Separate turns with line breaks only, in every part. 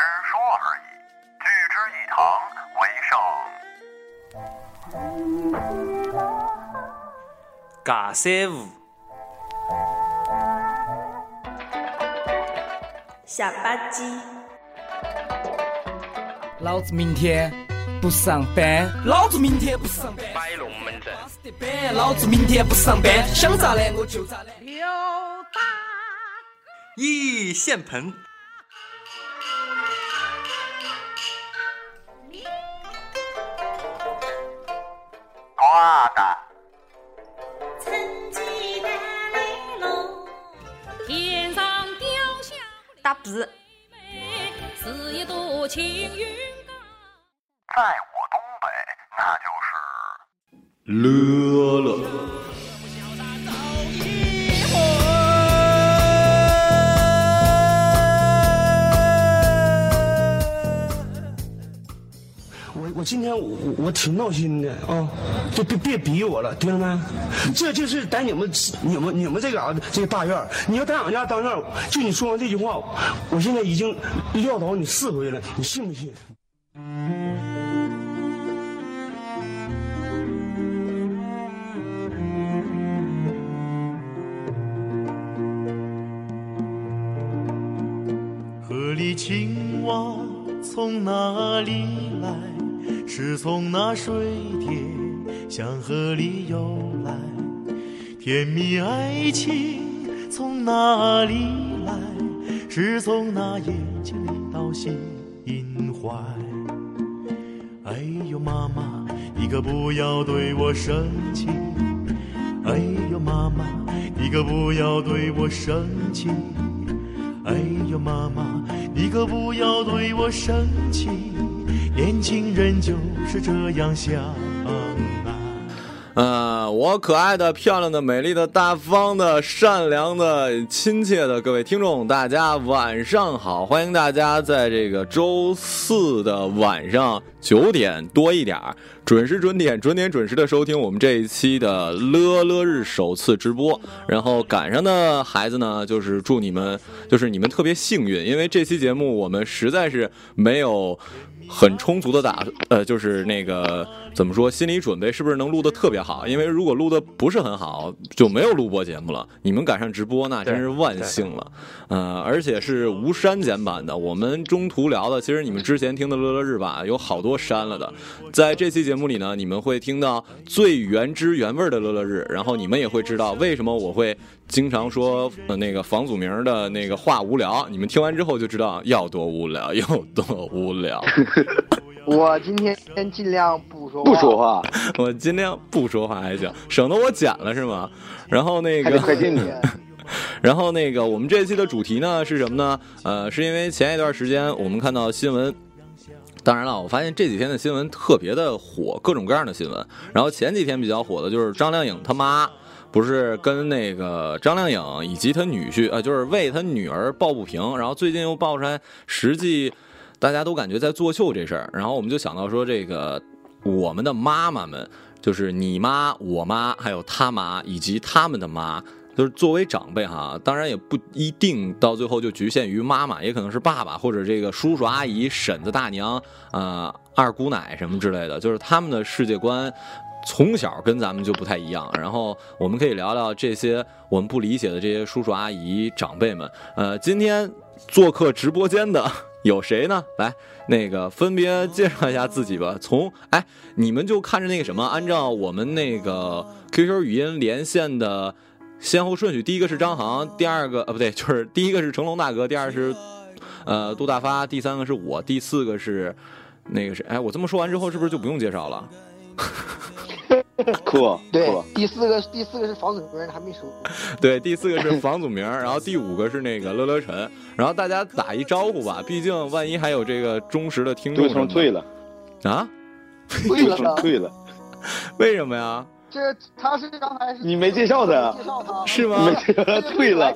而已。聚之以堂，为上。
尬三胡，
下吧唧。
老子明天不上班，老子明天不上班，
摆龙门阵。
的板，老子明天不上班，想咋懒我就咋懒。
一线盆，
瓜的。
天上掉下
打比，
来，是一朵青云高。
在我东北，那就是
我我今天我我我挺闹心的啊、就别别逼我了，听着没？这就是在你们你们你们这嘎、达这个大院儿你要在俺家当院儿就你说完这句话，我现在已经撂倒你四回了，你信不信？
河里青蛙从哪里来？是从那水天向河里游来。甜蜜爱情从哪里来？是从那眼睛里到心怀。哎呦妈妈，你可不要对我生气。哎呦妈妈，你可不要对我生气。哎呦妈妈，你可不要对我生气，年轻人就是这样想 啊。
呃，我可爱的、漂亮的、美丽的、大方的、善良的、亲切的各位听众，大家晚上好！欢迎大家在这个周四的晚上九点多一点儿，准时准点、准点准时的收听我们这一期的乐乐日首次直播。然后赶上的孩子呢，就是祝你们，就是你们特别幸运，因为这期节目我们实在是没有。很充足的打，呃，就是那个怎么说，心理准备是不是能录的特别好？因为如果录的不是很好，就没有录播节目了。你们赶上直播，那真是万幸了，呃，而且是无删减版的。我们中途聊的，其实你们之前听的乐乐日吧，有好多删了的。在这期节目里呢，你们会听到最原汁原味的乐乐日，然后你们也会知道为什么我会经常说、呃、那个房祖名的那个话无聊。你们听完之后就知道要多无聊，有多无聊。
我今天尽量不说
不说话，
我尽量不说话还行，省得我剪了是吗？然后那
还
个
得，快进去。
然后那个，我们这期的主题呢是什么呢？呃，是因为前一段时间我们看到新闻。当然了，我发现这几天的新闻特别的火，各种各样的新闻。然后前几天比较火的就是张靓颖她妈，不是跟那个张靓颖以及她女婿，呃，就是为她女儿抱不平。然后最近又爆出来，实际大家都感觉在作秀这事儿。然后我们就想到说，这个我们的妈妈们，就是你妈、我妈，还有她妈以及他们的妈，就是作为长辈哈，当然也不一定到最后就局限于妈妈，也可能是爸爸或者这个叔叔阿姨、婶子大娘、呃二姑奶什么之类的，就是他们的世界观。从小跟咱们就不太一样，然后我们可以聊聊这些我们不理解的这些叔叔阿姨长辈们。呃，今天做客直播间的有谁呢？来，那个分别介绍一下自己吧。从哎，你们就看着那个什么，按照我们那个 QQ 语音连线的先后顺序，第一个是张航，第二个呃不对， 就是第一个是成龙大哥，第二是呃杜大发，第三个是我，第四个是那个谁？哎，我这么说完之后，是不是就不用介绍了？
酷
对
酷，，
第四个第四个是房祖名，还没说。
对，第四个是房祖名，然后第五个是那个乐乐晨，然后大家打一招呼吧，毕竟万一还有这个忠实的听众
杜
什么
成
的
退了，
啊？
对
杜成
了，
退了，
为什么呀？
这他是刚才是
你没介绍他
介绍他
是吗
没介绍他退了。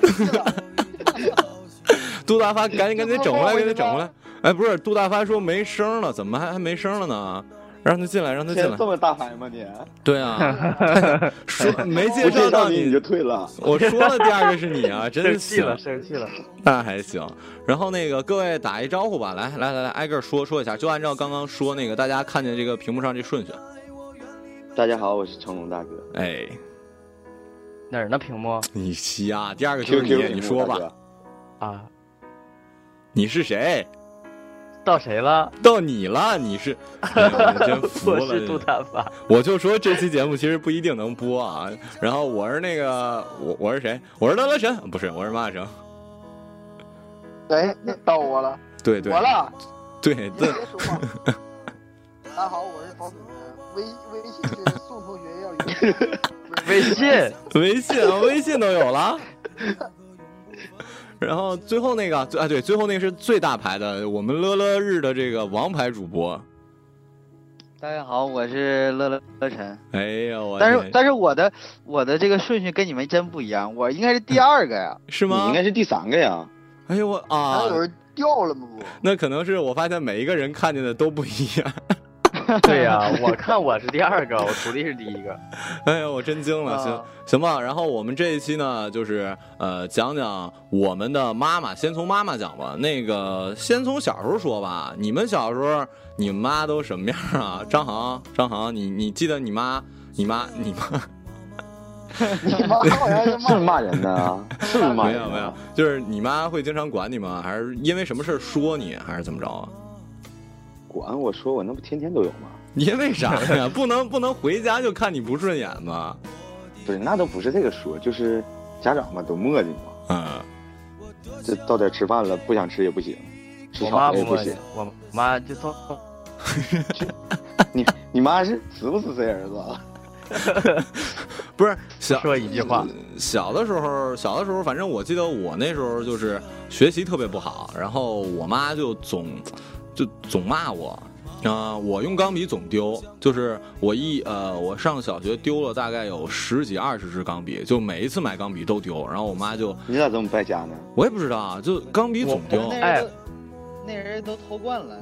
杜大发，赶紧赶紧给整回来，给他整回来！哎，不是，杜大发说没声了，怎么还还没声了呢？让他进来，让他进
现在
来
这。么大牌吗你？
对啊， 说没
我
介
介
绍
绍
到
你你
你
就，退了。
我说了第二个是你啊，真
生
气
气了，生气了。
那还行。然后那个各位打一招呼吧，来来来来，挨个说说一下，就按照刚刚说那个大家看见这个屏幕上这顺序。
大家好，我是成龙大哥。
哎，
哪儿呢？屏幕
你呀，第二个就是
QQ，
你，
屏幕
你
大
说吧
哥，，
啊，
你是谁？
到谁了？
到你了，你是，哎呀我真服
我
了。
是杜大发，
我就说这期节目其实不一定能播啊。然后我是那个，我我是谁？我是乐乐神，不是，我是马神。
哎，那到我 了，
对对
我，了，
对
你
对
别，说话。大家好，我是包主任，微微信是宋同学要 有，
微信
微信啊，微信都有了。然后最后那个，最啊对，最后那个是最大牌的，我们乐乐日的这个王牌主播。
大家好，我是乐乐乐晨，
哎呀，我
但是
天
但是我的我的这个顺序跟你们真不一样，我应该是第二个呀。
嗯是
你
吗
应？该是第三个呀。
哎呦我啊
还，有人掉了吗？不，
那可能是我发现每一个人看见的都不一样。
对呀、我看我是第二个，我徒弟是第一个。
哎呀，我真惊了，行、
啊
行吧。然后我们这一期呢，就是呃，讲讲我们的妈妈，先从妈妈讲吧。那个，先从小时候说吧。你们小时候，你们妈都什么样啊？张航，张航，你你记得你妈，你妈，你妈
你妈好像是
是
骂
骂人的啊？是不是骂
没
人
有没有
的？，
就是你妈会经常管你吗？还是因为什么事儿说你，还是怎么着啊？
管我说我那不天天都有吗？
因为啥呀？不能不能回家就看你不顺眼吗？
不是，那都不是这个说，就是家长嘛都磨叽嘛，
嗯，
这到点吃饭了不想吃也不行，吃
我
少
妈
了也
不
不
磨叽
行。，
我妈就从
你你妈是指不指谁儿子啊？
不是小
说一句话，
小的时候，小的时候，反正我记得我那时候就是学习特别不好，然后我妈就总就总骂我。啊、我用钢笔总丢，就是我一呃，我上小学丢了大概有十几二十支钢笔，就每一次买钢笔都丢，然后我妈就
你咋这么败家呢？
我也不知道啊，就钢笔总丢
那，
哎
人都那人都偷惯了，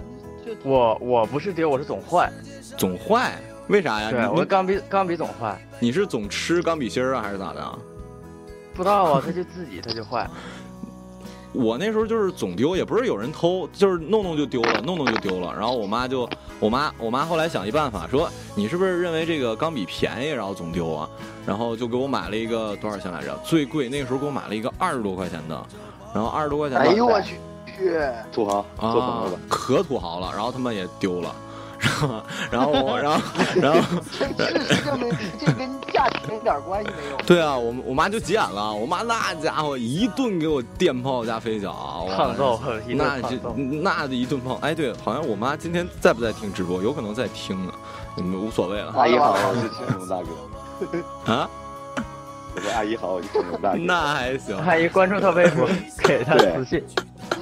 就
我我不是丢，我是总换。
总坏，为啥呀？
对，
你
我
你
钢笔钢笔总换，
你是总吃钢笔芯儿啊，还是咋的啊？
不知道啊，他就自己他就换。
我那时候就是总丢，也不是有人偷，就是弄弄就丢了，弄弄就丢了。然后我妈就，我妈我妈后来想一办法，说你是不是认为这个钢笔便宜，然后总丢啊？然后就给我买了一个多少钱来着？最贵那个时候给我买了一个二十多块钱的，然后二十多块钱的，
哎呦我去，
土豪做朋友
啊
吧。，
可土豪了。然后他妈也丢了，然后然后我然后然后
这事实证明这跟价钱一点关系没有。
对啊，我我妈就急眼了，我妈那家伙一顿给我电炮加飞脚，我
胖揍， 一
那
顿
这
胖揍。
那一顿胖，哎，对，好像我妈今天在不在听直播？有可能在听呢，嗯，无所谓了
阿姨好，我是成龙大哥。
啊。
我说阿姨好，我是成龙大哥。
那还行。
阿姨哎关注他微博，给他私信。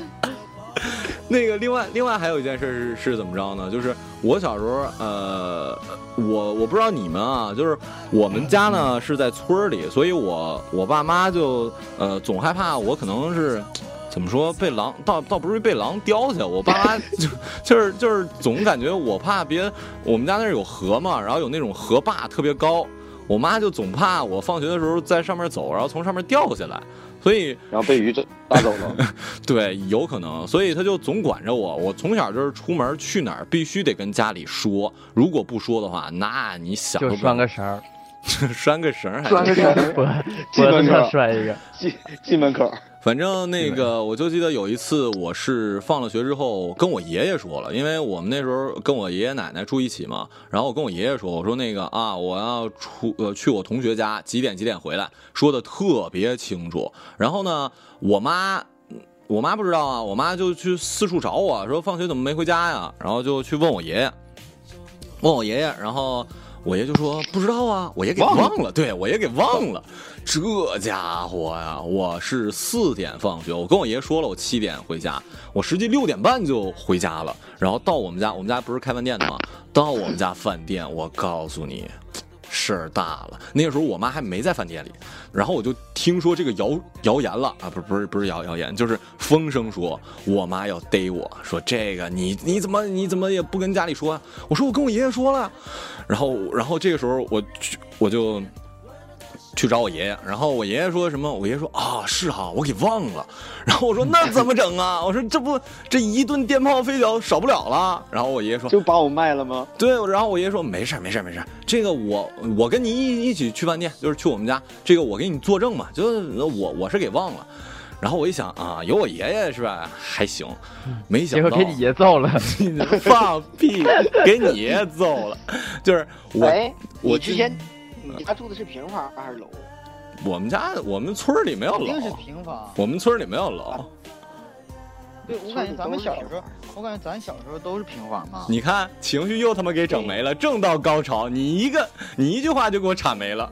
那个，另外，另外还有一件事是是怎么着呢？就是我小时候，呃，我我不知道你们啊，就是我们家呢是在村儿里，所以我我爸妈就呃总害怕我可能是。怎么说被狼倒倒不是被狼叼去，我爸妈就就是就是总感觉我怕别，我们家那儿有河嘛，然后有那种河坝特别高，我妈就总怕我放学的时候在上面走，然后从上面掉下来，所以
然后被鱼抓抓走了，
对，有可能，所以他就总管着我。我从小就是出门去哪儿必须得跟家里说，如果不说的话，那你想都
就
不
拴个绳儿，
敢 拴个绳儿还
拴个
行。
绳儿，
脖
基
脖
本
子
上
上拴一个。
进进门口，
反正那个，我就记得有一次，我是放了学之后跟我爷爷说了，因为我们那时候跟我爷爷奶奶住一起嘛。然后我跟我爷爷说，我说那个啊，我要出呃去我同学家几点几点回来，说的特别清楚。然后呢，我妈。我妈不知道啊，我妈就去四处找我说放学怎么没回家呀？然后就去问我爷爷，问我爷爷，然后我爷就说不知道啊，我爷给忘了，对我爷给忘了。这家伙呀，我是四点放学，我跟我爷说了，我七点回家，我实际六点半就回家了，然后到我们家，我们家不是开饭店的吗？到我们家饭店，我告诉你，事儿大了。那个时候我妈还没在饭店里，然后我就听说这个谣谣言了啊，不不是不是谣谣言，就是风声说我妈要逮我说这个你你怎么你怎么也不跟家里说啊？我说我跟我爷爷说了，然后然后这个时候我去我就去找我爷爷，然后我爷爷说什么？我爷爷说啊，是哈、我给忘了。然后我说那怎么整啊？我说这不这一顿电炮飞脚少不了了。然后我爷爷说就把我卖了吗？对，然后我爷爷说没事儿没事儿没事儿，这个我我跟你一一起去饭店，就是去我们家，这个我给你作证嘛，就是我我是给忘了。然后我一想啊，有我爷爷是吧，还行，没想
结
到
果给你爷揍 了，
放屁，给你爷揍了，就是我、
哎，你
我
之
真
前你家住的是平房还是楼？
我们家我们村儿里没有
肯定是
楼，
平
哦
房。
我们村儿里没有
啊
楼。
对，我感觉咱们小时候，我感觉咱小时候都是平房嘛。
你看情绪又他妈给整没了，正到高潮，你一个你一句话就给我铲没了，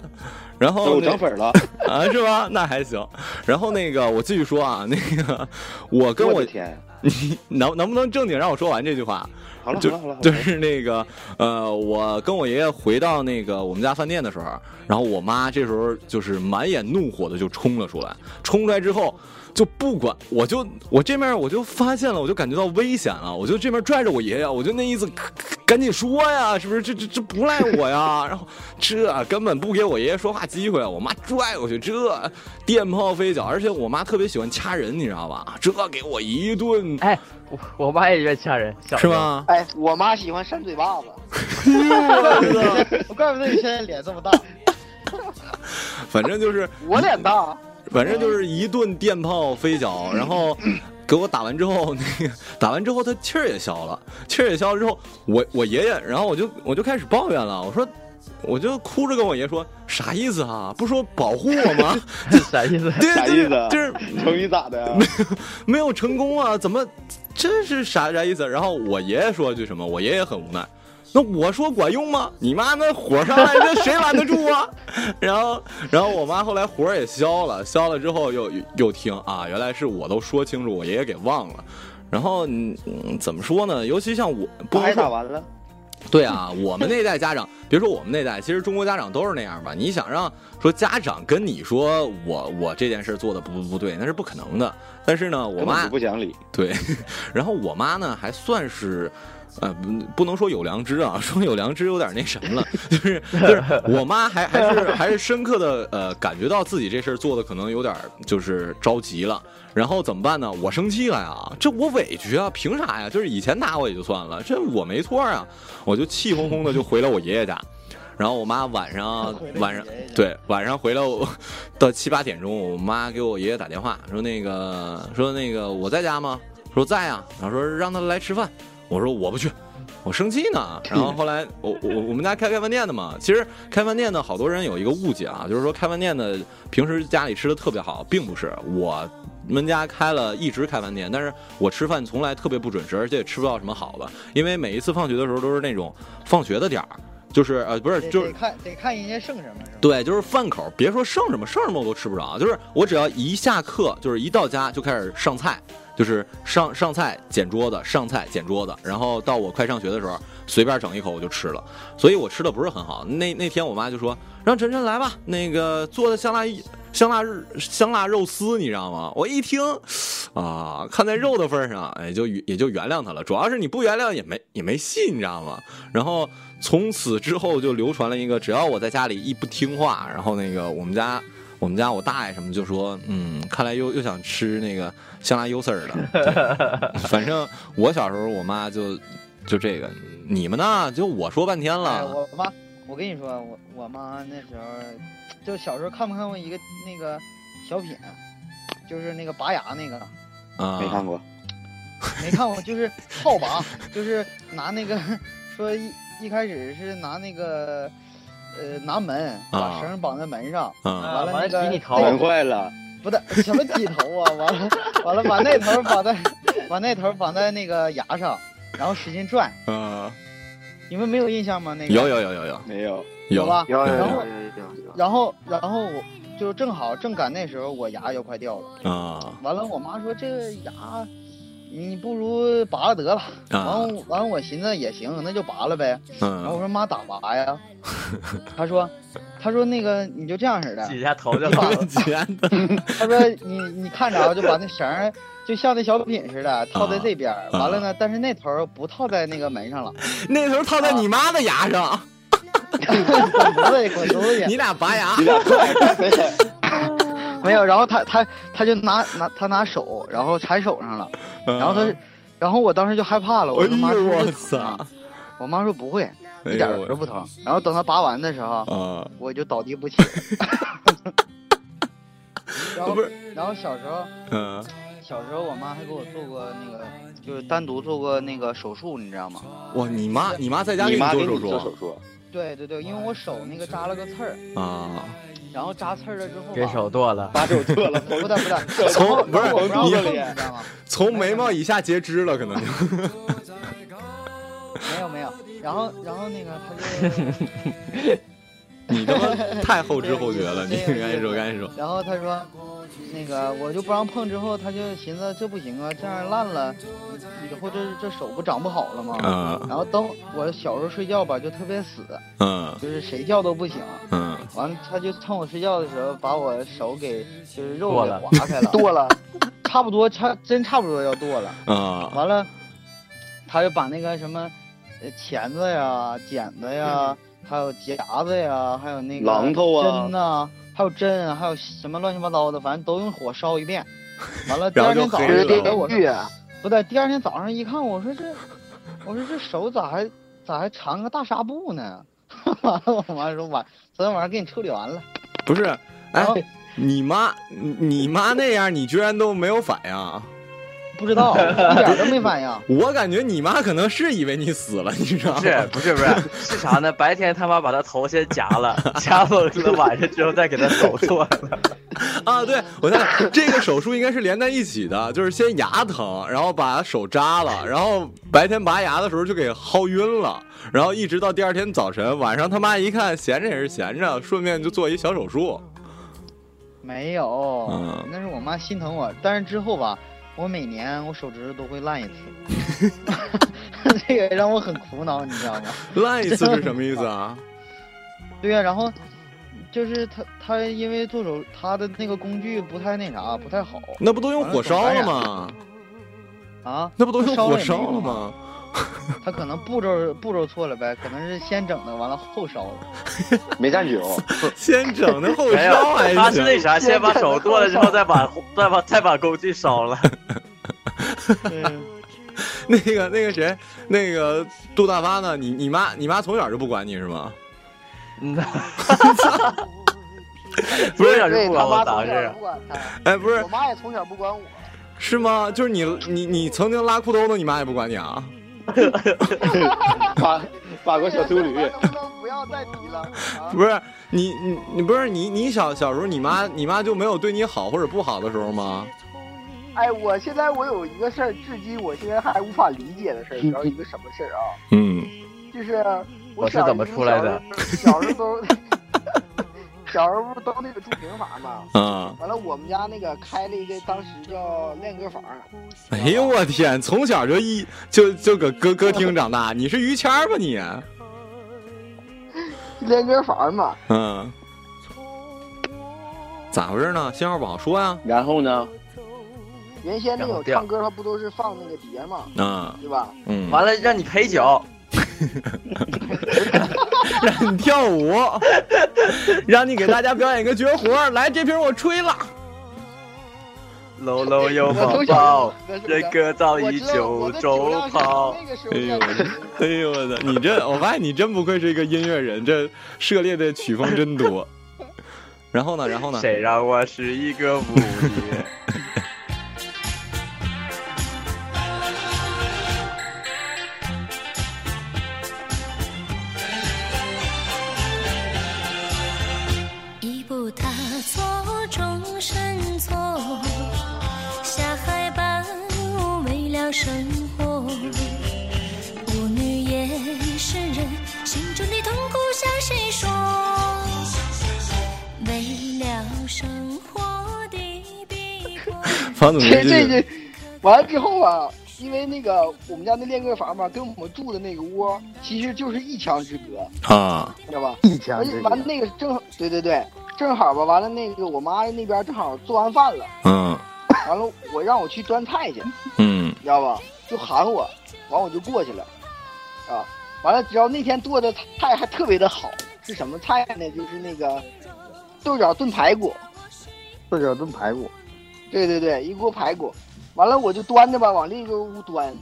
然后
哎我
那
涨粉了
啊，是吧？那还行。然后那个我继续说啊， 那个我跟我
的天，
你能能不能正经让我说完这句话？
好了
就
好了好了好了
就是那个呃，我跟我爷爷回到那个我们家饭店的时候，然后我妈这时候就是满眼怒火的就冲了出来，冲出来之后就不管，我就我这面我就发现了，我就感觉到危险了，我就这边拽着我爷爷，我就那意思赶赶紧说呀，是不是？这这这不赖我呀？ 然后这啊根本不给我爷爷说话机会，我妈拽过去，这电炮飞脚，而且我妈特别喜欢掐人，你知道吧？这给我一顿
哎。我我妈也愿掐人，小时候
是吗？
哎，我妈喜欢扇嘴巴子，
我怪不得 你现在脸这么大，
反正就是，
我脸大，嗯
反正就是一顿电炮飞脚，然后给我打完之后，那个打完之后他气儿也消了，气儿也消了之后，我我爷爷，然后我就我就开始抱怨了，我说。我就哭着跟我爷说啥意思啊？不说保护我吗？
啥意思？
对
啥
对
意思啊？
就是
成语咋的？
没有成功啊？怎么这是啥啥意思？然后我爷爷说句什么？我爷爷很无奈。那我说管用吗？你妈那火上来，这谁拦得住啊？ 然后，然后我妈后来火也消了，消了之后又又又听啊，原来是我都说清楚，我爷爷给忘了。然后嗯，嗯怎么说呢？尤其像我，不能
牌
说
打完了，
对啊，我们那代家长，别说我们那代，其实中国家长都是那样吧。你想让说家长跟你说我我这件事做的不不对，那是不可能的。但是呢，我
根本
妈
就不讲理。
对，然后我妈呢还算是。呃，不不能说有良知啊，说有良知有点那什么了， 就是就是我妈还还是还是深刻的呃感觉到自己这事儿做的可能有点儿就是着急了，然后怎么办呢？我生气了呀，这我委屈啊，凭啥呀？就是以前打我也就算了，这我没错啊，我就气哄哄的就回了我爷爷家，然后我妈晚上晚上对晚上回来我到七八点钟，我妈给我爷爷打电话说那个说那个我在家吗？说在啊，然后说让他来吃饭，我说我不去。我生气呢，然后后来我我我们家开开饭店的嘛，其实开饭店的好多人有一个误解啊，就是说开饭店的平时家里吃的特别好，并不是我们家开了一直开饭店，但是我吃饭从来特别不准时，而且也吃不到什么好的，因为每一次放学的时候都是那种放学的点儿，就是呃不是
得
就是
得看得看人家剩什么是吧？
对，就是饭口，别说剩什么，剩什么我都吃不着。啊就是我只要一下课，就是一到家就开始上菜，就是上上菜捡桌子，上菜捡桌子，然后到我快上学的时候，随便整一口我就吃了。所以我吃的不是很好。那那天我妈就说让晨晨来吧，那个做的香辣香辣日香辣肉丝，你知道吗？我一听啊，看在肉的份儿上，哎，就也就原谅他了。主要是你不原谅也没也没戏，你知道吗？然后从此之后就流传了一个，只要我在家里一不听话，然后那个我们家。我们家我大爷什么就说，嗯，看来又又想吃那个香辣优丝儿了。对 反正我小时候我妈就就这个，你们呢？就我说半天
哎，
了，
我妈，我跟你说，我我妈那时候，就小时候看没看过一个那个小品，就是那个拔牙那个，
啊、
没看过，
没看过，就是套拔，就是拿那个说一一开始是拿那个呃拿门把
啊
绳绑在门上，
啊，
完了那个
嗯完了挤你头
那
玩
个
坏了，
不对什么挤头啊，完了完了把那头绑在把那头绑在那个牙上，然后使劲拽，
啊，
你们没有印象吗？那个
有有有有有
没有，
有
吧？
有
然后
有有，
然后然后我就正好正赶那时候我牙要快掉了，
啊
完了我妈说这个牙你不如拔了得了。
啊
完我完我寻思也行，那就拔了呗。
嗯
然后我说妈咋拔 呀？他说他说那个你就这样式的，
挤一下头就好 了
挤下头。
他说你你看着啊，就把那绳儿就像那小品似的套
啊
在这边儿，完了呢，但是那头儿不套在那个门上了，
那头套在你妈的牙上。
啊滚犊子滚犊子去！
你俩拔牙，
没有，然后他他他就拿拿他拿手，然后缠手上了，
嗯
然后他，然后我当时就害怕了，我说妈
哎
是
呦
不
我
是
操
疼啊？我妈说不会，
哎呦
一点儿都不疼。然后等他拔完的时候，
啊
我就倒地不起。 然后
不是
然后小时候
嗯
小时候我妈还给我做过那个，就是单独做过那个手术，你知道吗？
哇，你妈你妈在家
你
给
妈
做
给你
术
做
啊
手术，
对对对，因为我手那个扎了个刺儿，
啊？
然后扎刺儿了之后吧，
给手剁了，
把手剁了，
不对不 对，
从不是
我让
你
我动你知道吗？
从眉毛以下截肢了，可能就
没有没有，然后然后那个他就，
你他妈太后知后觉了，你
对
赶紧说赶紧说。
然后他说，那个我就不让碰，之后他就寻思这不行啊，这样烂了，以后这这手不长不好了吗？
嗯
然后等我小时候睡觉吧，就特别死，
嗯
就是谁叫都不醒。
嗯，
完了，他就趁我睡觉的时候，把我手给就是肉
剁
给
了
划开了，
剁了，
差不多，差真差不多要剁了。
啊
完了，他就把那个什么，呃，钳子呀、剪子
嗯
呀，还有夹子呀，还有那个
榔头啊
针呐、还有针啊，还有什么乱七八糟的，反正都用火烧一遍。 完了，第
然后
二
就
天早
黑
上
了
一看，我
电锯
说
啊，
不对，第二天早上一看，我说这，我说这手咋还咋还缠个大纱布呢？ 完了，我妈说晚昨天晚上给你处理完了。
不是，哎
然后，
你妈你你妈那样，你居然都没有反应。啊
不知道，一点都没反应。
我感觉你妈可能是以为你死了，你知道吗？
是不是不是是啥呢？白天他妈把他头先夹了，夹缝了，晚上之后再给他手剁了，
啊，对，我想想，这个手术应该是连在一起的，就是先牙疼，然后把手扎了，然后白天拔牙的时候就给薅晕了，然后一直到第二天早晨，晚上他妈一看闲着也是闲着，顺便就做一小手术。
没有
嗯，
那是我妈心疼我。但是之后吧，我每年我手指头都会烂一次， 这个让我很苦恼，你知道吗？
烂一次是什么意思啊？
对呀、然后就是他他因为做手他的那个工具不太那啥，不太好
那不都用火烧了吗？
啊，
那不都用
烧
火
也没
烧了
用
吗？
他可能步骤步骤错了呗，可能是先整的，完了后烧的。
没站久，
先整的后
没 有啊
烧还，
他是那
行？
啥，先把手剁了之后，再 把再把再把工具烧了，
嗯，
那个那个谁，那个杜大发呢？你你妈你妈从小就不管你是吗？
不是小
对
就不
他
管我
妈
咋
从
回
小
事
不？管他，
哎，不是
我，妈也从小不管我，
是吗？就是你你你曾经拉裤兜子，你妈也不管你啊？
法法国小秃驴，
能不能不要再提了？啊，
不是你你你不是你你小小时候你妈你妈就没有对你好或者不好的时候吗？
哎，我现在我有一个事儿，至今我现在还无法理解的事儿，你知道一个什么事儿啊？
嗯，
就是
我是
小
怎么
时候
出来的？
小时候都，小时候不都那个住平房嘛？
啊，
完了，我们家那个开了一个，当时叫练歌房。
哎呦我天，从小就一就就搁歌歌厅长大，你是于谦儿吧你？
练歌房嘛，
嗯，咋回事呢？信号不好，说呀。
然后呢，
原先那
然后
种
调
唱歌，它不都是放那个碟嘛，
啊，
对吧？
嗯，
完了让你陪酒，
让你跳舞，让你给大家表演一个绝活儿，来，这瓶我吹了。
搂搂有
我
宝
从
宝
小，那是
人哥早
我
已
知道我
九
的酒
州
量是
跑
从。那个时
哎呦
候
我的
开始，
哎呦我的，你这我发现你真不愧是一个音乐人，这涉猎的曲风真 多。然后呢，然后呢？
谁让我是一个母爷？
一步踏错，终身错，下海伴舞为了生活。舞女也是人，心中的痛苦向谁说？为了生活的逼迫。
房总
这这这完了之后啊，因为那个我们家那练歌房嘛，跟我们住的那个屋其实就是一墙之隔，
啊，
知道吧？
一墙
而
之
且
隔
完了那个正好，对对对，正好吧，完了那个我妈那边正好做完饭了，
嗯
完了我让我去端菜去，你
嗯
知道吧？就喊我，完我就过去了，啊，完了，只要那天做的菜还特别的好，是什么菜呢？就是那个豆角炖排骨，
豆角炖排骨，
对对对，一锅排骨，完了我就端着吧，往另一个屋端，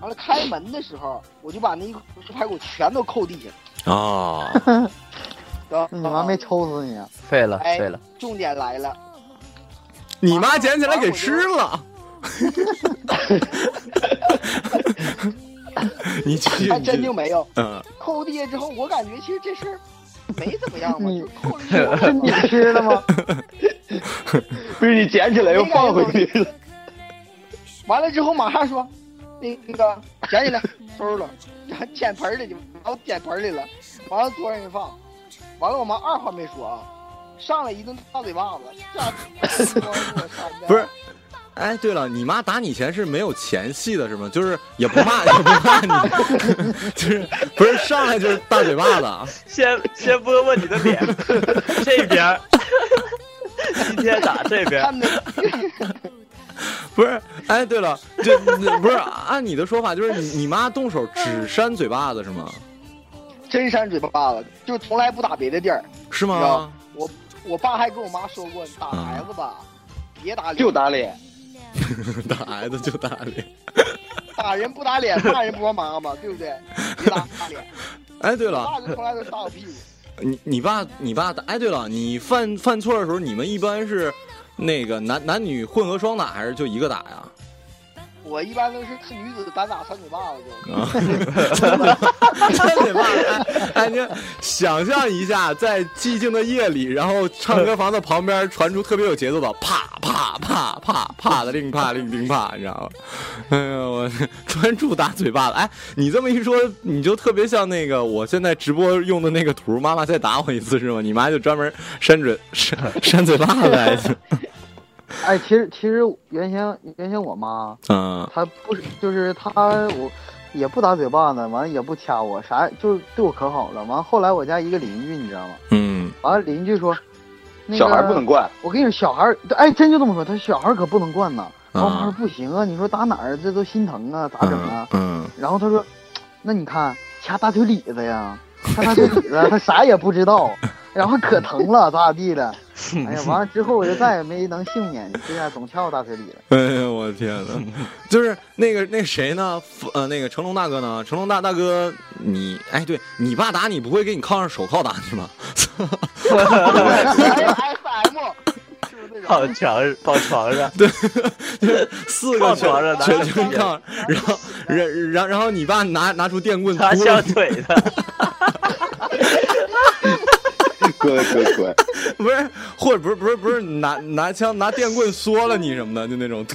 完了开门的时候，我就把那一锅排骨全都扣地下了
啊，
知道吧，
你妈没抽死你啊！
废了
哎
废了，
重点来了，
你妈捡起来给吃了。 你继续，
还
你
真
继续
就没有
嗯
扣地下之后，我感觉其实这事儿没怎么样嘛，
你
嗯
就扣了一 锅
是你吃的吗？
不是你捡起来哎又放回去了，
完了之后马上说，那那个捡起来收了，然后捡盆儿里去，把我捡盆儿里了，完了桌上一放，完了我妈二话没说啊，上来一顿大嘴巴子，这
不是，哎，对了，你妈打你前是没有前戏的是吗？就是也不骂，也 不骂你，就是不是上来就是大嘴巴子，啊
先先摸摸你的脸，这边儿，今天打这边儿，
看的，
不是？哎，对了，就不是按你的说法，就是你你妈动手只扇嘴巴子是吗？
真扇嘴巴子，就从来不打别的地儿，
是
你知道
吗
吗？？我我爸还跟我妈说过，你打孩子吧，别打脸，
就打脸。
打孩子就打脸。
打人不打脸，骂人不说妈妈，对不对？别打脸，
哎， 对
我
了，
爸就从来都是打我屁股。
你你爸你爸打，哎，对了，你犯犯错的时候，你们一般是那个男男女混合双打，还是就一个打呀？
我一般都是看女子单打三嘴巴子就。
啊，三嘴 巴，三嘴巴！哎，哎你想象一下，在寂静的夜里，然后唱歌房的旁边传出特别有节奏的啪啪啪啪啪的令啪令令啪，你知道吗？哎呀，我专注打嘴巴了。哎，你这么一说，你就特别像那个我现在直播用的那个图，妈妈再打我一次是吗？你妈就专门扇嘴扇扇嘴巴子来着。
哎，其实其实原先原先我妈
嗯
她不是就是她我也不打嘴巴子，完了也不掐我，啥就是对我可好了。完了后来我家一个邻居你知道吗？
嗯
完了邻居说，那个、
小孩不能惯，
我跟你说，小孩儿，哎，真就这么说，他小孩儿可不能惯呐。然后我妈说
啊
不行啊，你说打哪儿这都心疼啊，咋整啊
嗯？嗯
然后他说，那你看掐大腿里子呀，掐大腿里子，他啥也不知道，然后可疼了，咋咋地的。哎呀，完了之后我就再也没能幸免，这下总掐我大腿里 了。
哎呀，我的天 呐，就是那个那谁呢？呃，那个成龙大哥呢？成龙大大哥，你哎，对你爸打你不会给你铐上手铐打你吗？
哎 FM，是不是那种？
放床放床 上，
对， 就是四个
铐床上
全
拿
全
着
全
别
铐，然后然然然后你爸拿拿出电棍
拿
突
小
了，
腿的，
滚滚滚！
不是或者不是不是不是拿拿枪拿电棍缩了你什么的，就那种，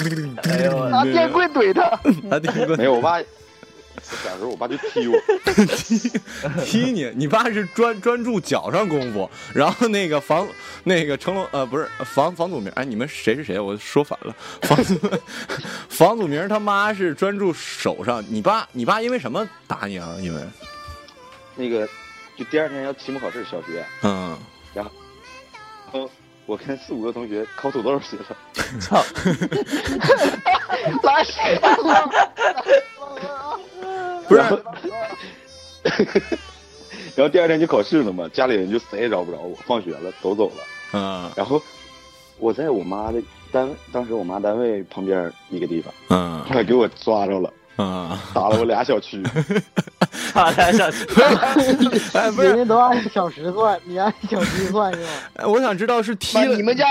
哎 呦我
拿电棍怼他，
拿电棍
没有，我爸小时候我爸就踢我，
踢你，你爸是专专注脚上功夫，然后那个房那个成龙呃不是房房祖名，哎你们谁是谁？我说反了，房祖 房祖名他妈是专注手上，你爸你爸因为什么打你啊？因为
那个就第二天 要期末考试，小学，
嗯，
然后我跟四五个同学烤土豆去了，
操，
来谁呀？
不是
然后然后第二天就考试了嘛，家里人就谁也找不着我，放学了都走了。
嗯
然后我在我妈的单位，当时我妈单位旁边一个地方，
嗯
后来给我抓着了，
嗯，
打了我俩小区。
他俩小腿，
哎不
人
是，
家都按小时算，你按小时算是吧？
哎我想知道是踢
妈
了
你们家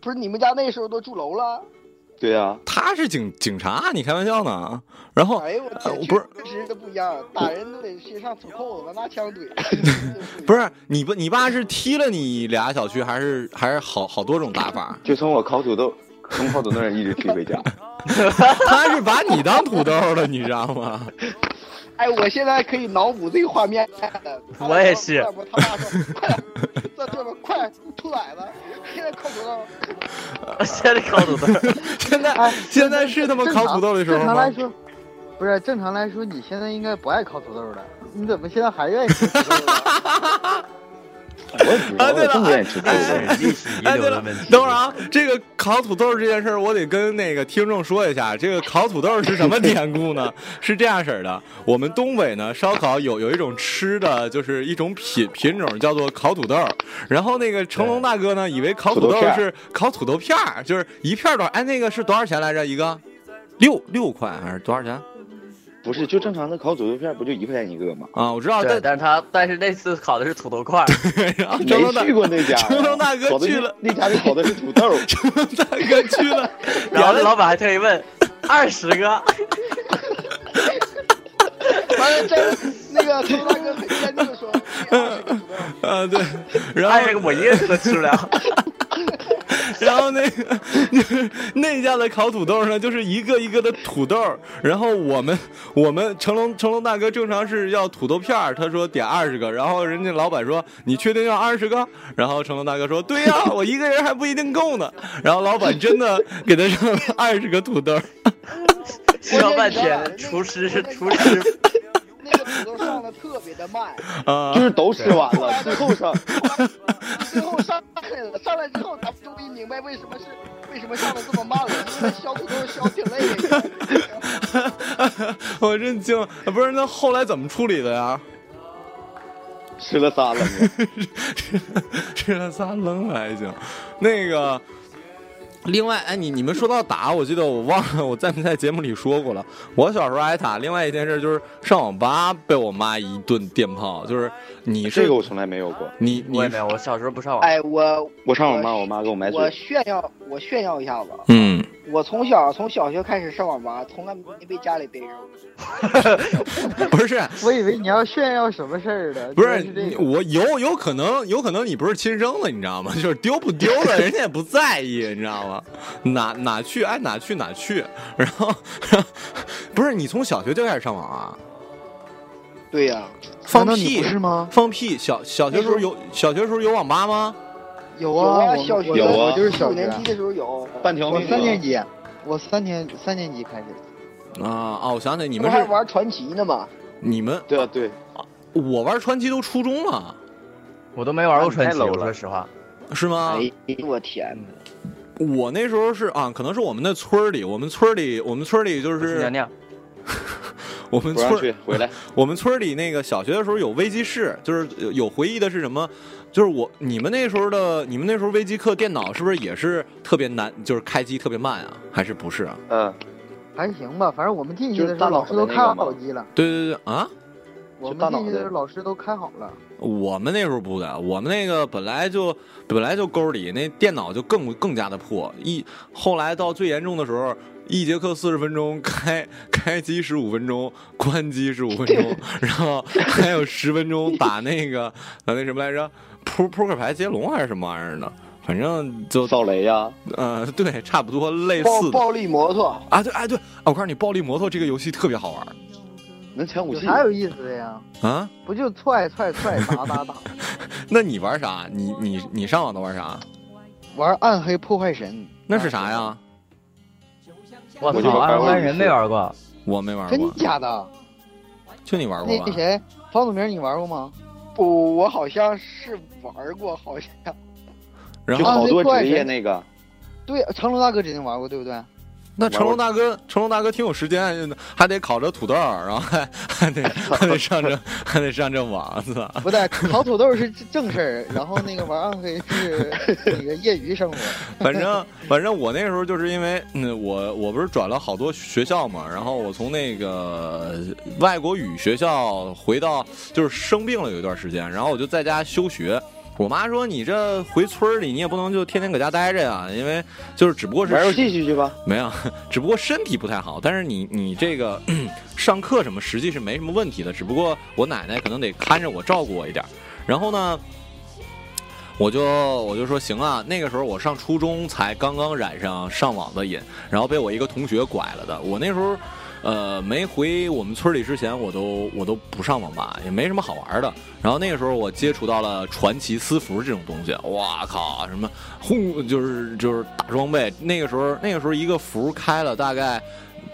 不是你们家那时候都住楼了？
对呀、
他是警警察，你开玩笑呢？啊然后
哎呦我
呃
天，
不是
确实都不一样，打人都得先上土扣子，完拿枪怼。
不是你不你爸是踢了你俩小区，还是还是好好多种打法？
就从我烤土豆，从烤土豆人一直踢回家。
他是把你当土豆了，你知道吗？
哎，我现在可以脑补这个画面了。
我也是
他爸说：“快，在这边快吐奶子，现在扣土豆。
先得搞土豆，
哎
现在现在是他妈烤土豆的时候
啊正常来
吗？
说，不是正常来说，你现在应该不爱烤土豆了， 你怎么现在还愿意吃土豆了？
我也不知道，我也不愿意吃土豆。
哎，对了，等会儿啊，这个烤土豆这件事儿，我得跟那个听众说一下，这个烤土豆是什么典故 呢？是这样式儿的，我们东北呢烧烤有有一种吃的，就是一种品品种叫做烤土豆儿，然后那个成龙大哥呢，以为烤土
土
豆
豆片儿
是烤土豆片儿，就是一片儿多少，哎，那个是多少钱来着一个？六六块还是多少钱？
不是，就正常的烤土豆片，不就一块钱一个吗？
啊，我知道，
对，
但
但是他但是那次烤的是土豆 块儿，
然后成
没
龙大
去过那家，
成龙大哥
烤的
去
是
了，
那家里烤的是 土豆，
成龙 大哥去 了，
然后那老板还特意问 二十个，
完了，这那个头大哥很坚定的说，
啊，对，然后
二十个我一个人都吃不了。
然后那个就是 那家的烤土豆呢，就是一个一个的土豆儿，然后我们我们成龙成龙大哥正常是要土豆片儿，他说点二十个，然后人家老板说你确定要二十个？然后成龙大哥说对呀、我一个人还不一定够呢。然后老板真的给他上了二十个土豆儿，
吃了半天，厨师是厨师，
那个土豆上的特别的慢，
啊、
就是都吃完了，最后上
最后上来了，上来之后咱们终于明白为什么是为什么上的这么慢了，因为削土豆削挺累 的。
我真惊了，不是那后来怎么处理的呀？
吃了仨了呢。
吃了仨扔了还行。那个，另外，哎，你你们说到打，我记得我忘了我在没在节目里说过了。我小时候挨打，另外一件事就是上网吧被我妈一顿电炮，就是你是
这个我从来没有过。
你 你
我也没有，我小时候不上网，
哎，我
我上网吧，我妈给我买
我
水。
炫耀我炫耀一下子，
嗯，
我从小从小学开始上网吧，从来没被家里逮着。
不是
我以为你要炫耀什么事儿呢？
不
原来
是
是这个。
我有有可能有可能你不是亲生的，你知道吗？ 就是丢不丢的，人家也不在意，你知道吗？哪哪去爱哪去哪去，然后 不是你从小学就开始上网啊？
对呀、
放
难道你
屁
不是吗？
放屁！小小学时候有小学时候有网吧吗？
有
有
啊，我
小学
有啊
我就是
五
小学
年，级的时候有，啊
半条
我
命。
三年级，我三年三年级开始。
啊啊！我想起来，你
你
们
还
是
玩传奇呢嘛？
你们，
对啊，对，
我玩传奇都初中了，
我都没玩过传
太
奇，
low
我
了
说实话，
是
啊
吗？
哎呦我天哪！
我那时候是啊，可能是我们那村儿里，我们村儿里，我们村儿里就
我是娘
是
娘，
我们
不
村
让去
儿，
回来。
我们村儿里那个小学的时候有微机室，就是有有回忆的是什么？就是我你们那时候的，你们那时候微机课电脑是不是也是特别难，就是开机特别慢啊？还是不是啊？
嗯，
还行吧，反正我们进去
就是
的时候
大脑
老师都
的
开
那个
好
嘛
机了，
对对对啊！
我
大
们
脑
进去的时候
的
老师都开好了。
我们那时候不的，我们那个本来就本来就沟里，那电脑就更更加的破。一后来到最严重的时候，一节课四十分钟，开开机十五分钟，关机十五分钟， 然后还有十分钟打那个打那什么来着，扑扑克牌接龙还是什么玩意儿的，反正就
扫雷呀，
呃对，差不多类
暴
似的
暴力摩托，
啊对哎对，啊我告诉你，暴力摩托这个游戏特别好玩
能抢武
有
器。
啥有意思的呀？
啊。
不就踹踹踹打打打，
那你玩啥？你你你上网都玩啥？
玩暗黑破坏神，
那是啥呀？
我
我就
操，
玩
二
过
万
一
人
次
没玩过，
我没玩过。
真假的？
就你玩过
那
吧
那？谁，方祖名你玩过吗？
不，我好像是玩过，好像
然
就
后
好多职业那个，
对，成龙大哥指定玩过，对不对？
那成龙大哥，成龙大哥挺有时间，还得烤着土豆儿，然后还 还得还得上这 还得上这网是吧？
不对，烤土豆是正事儿，然后那个玩暗黑是那个业余生活。
反正反正我那时候就是因为，嗯，我我不是转了好多学校嘛，然后我从那个外国语学校回到，就是生病了有一段时间，然后我就在家休学。我妈说：“你这回村儿里，你也不能就天天搁家待着呀，因为就是只不过 是
玩游戏去去吧。
没有，只不过身体不太好，但是你你这个 上课什么实际是没什么问题的，只不过我奶奶可能得看着我照顾我一点儿。然后呢，我就我就说行啊，那个时候我上初中才刚刚染上上网的瘾，然后被我一个同学拐了的。我那时候。呃，没回我们村里之前，我都我都不上网吧，也没什么好玩的。然后那个时候我接触到了传奇私服这种东西，哇靠，什么轰就是就是大装备。那个时候那个时候一个服开了大概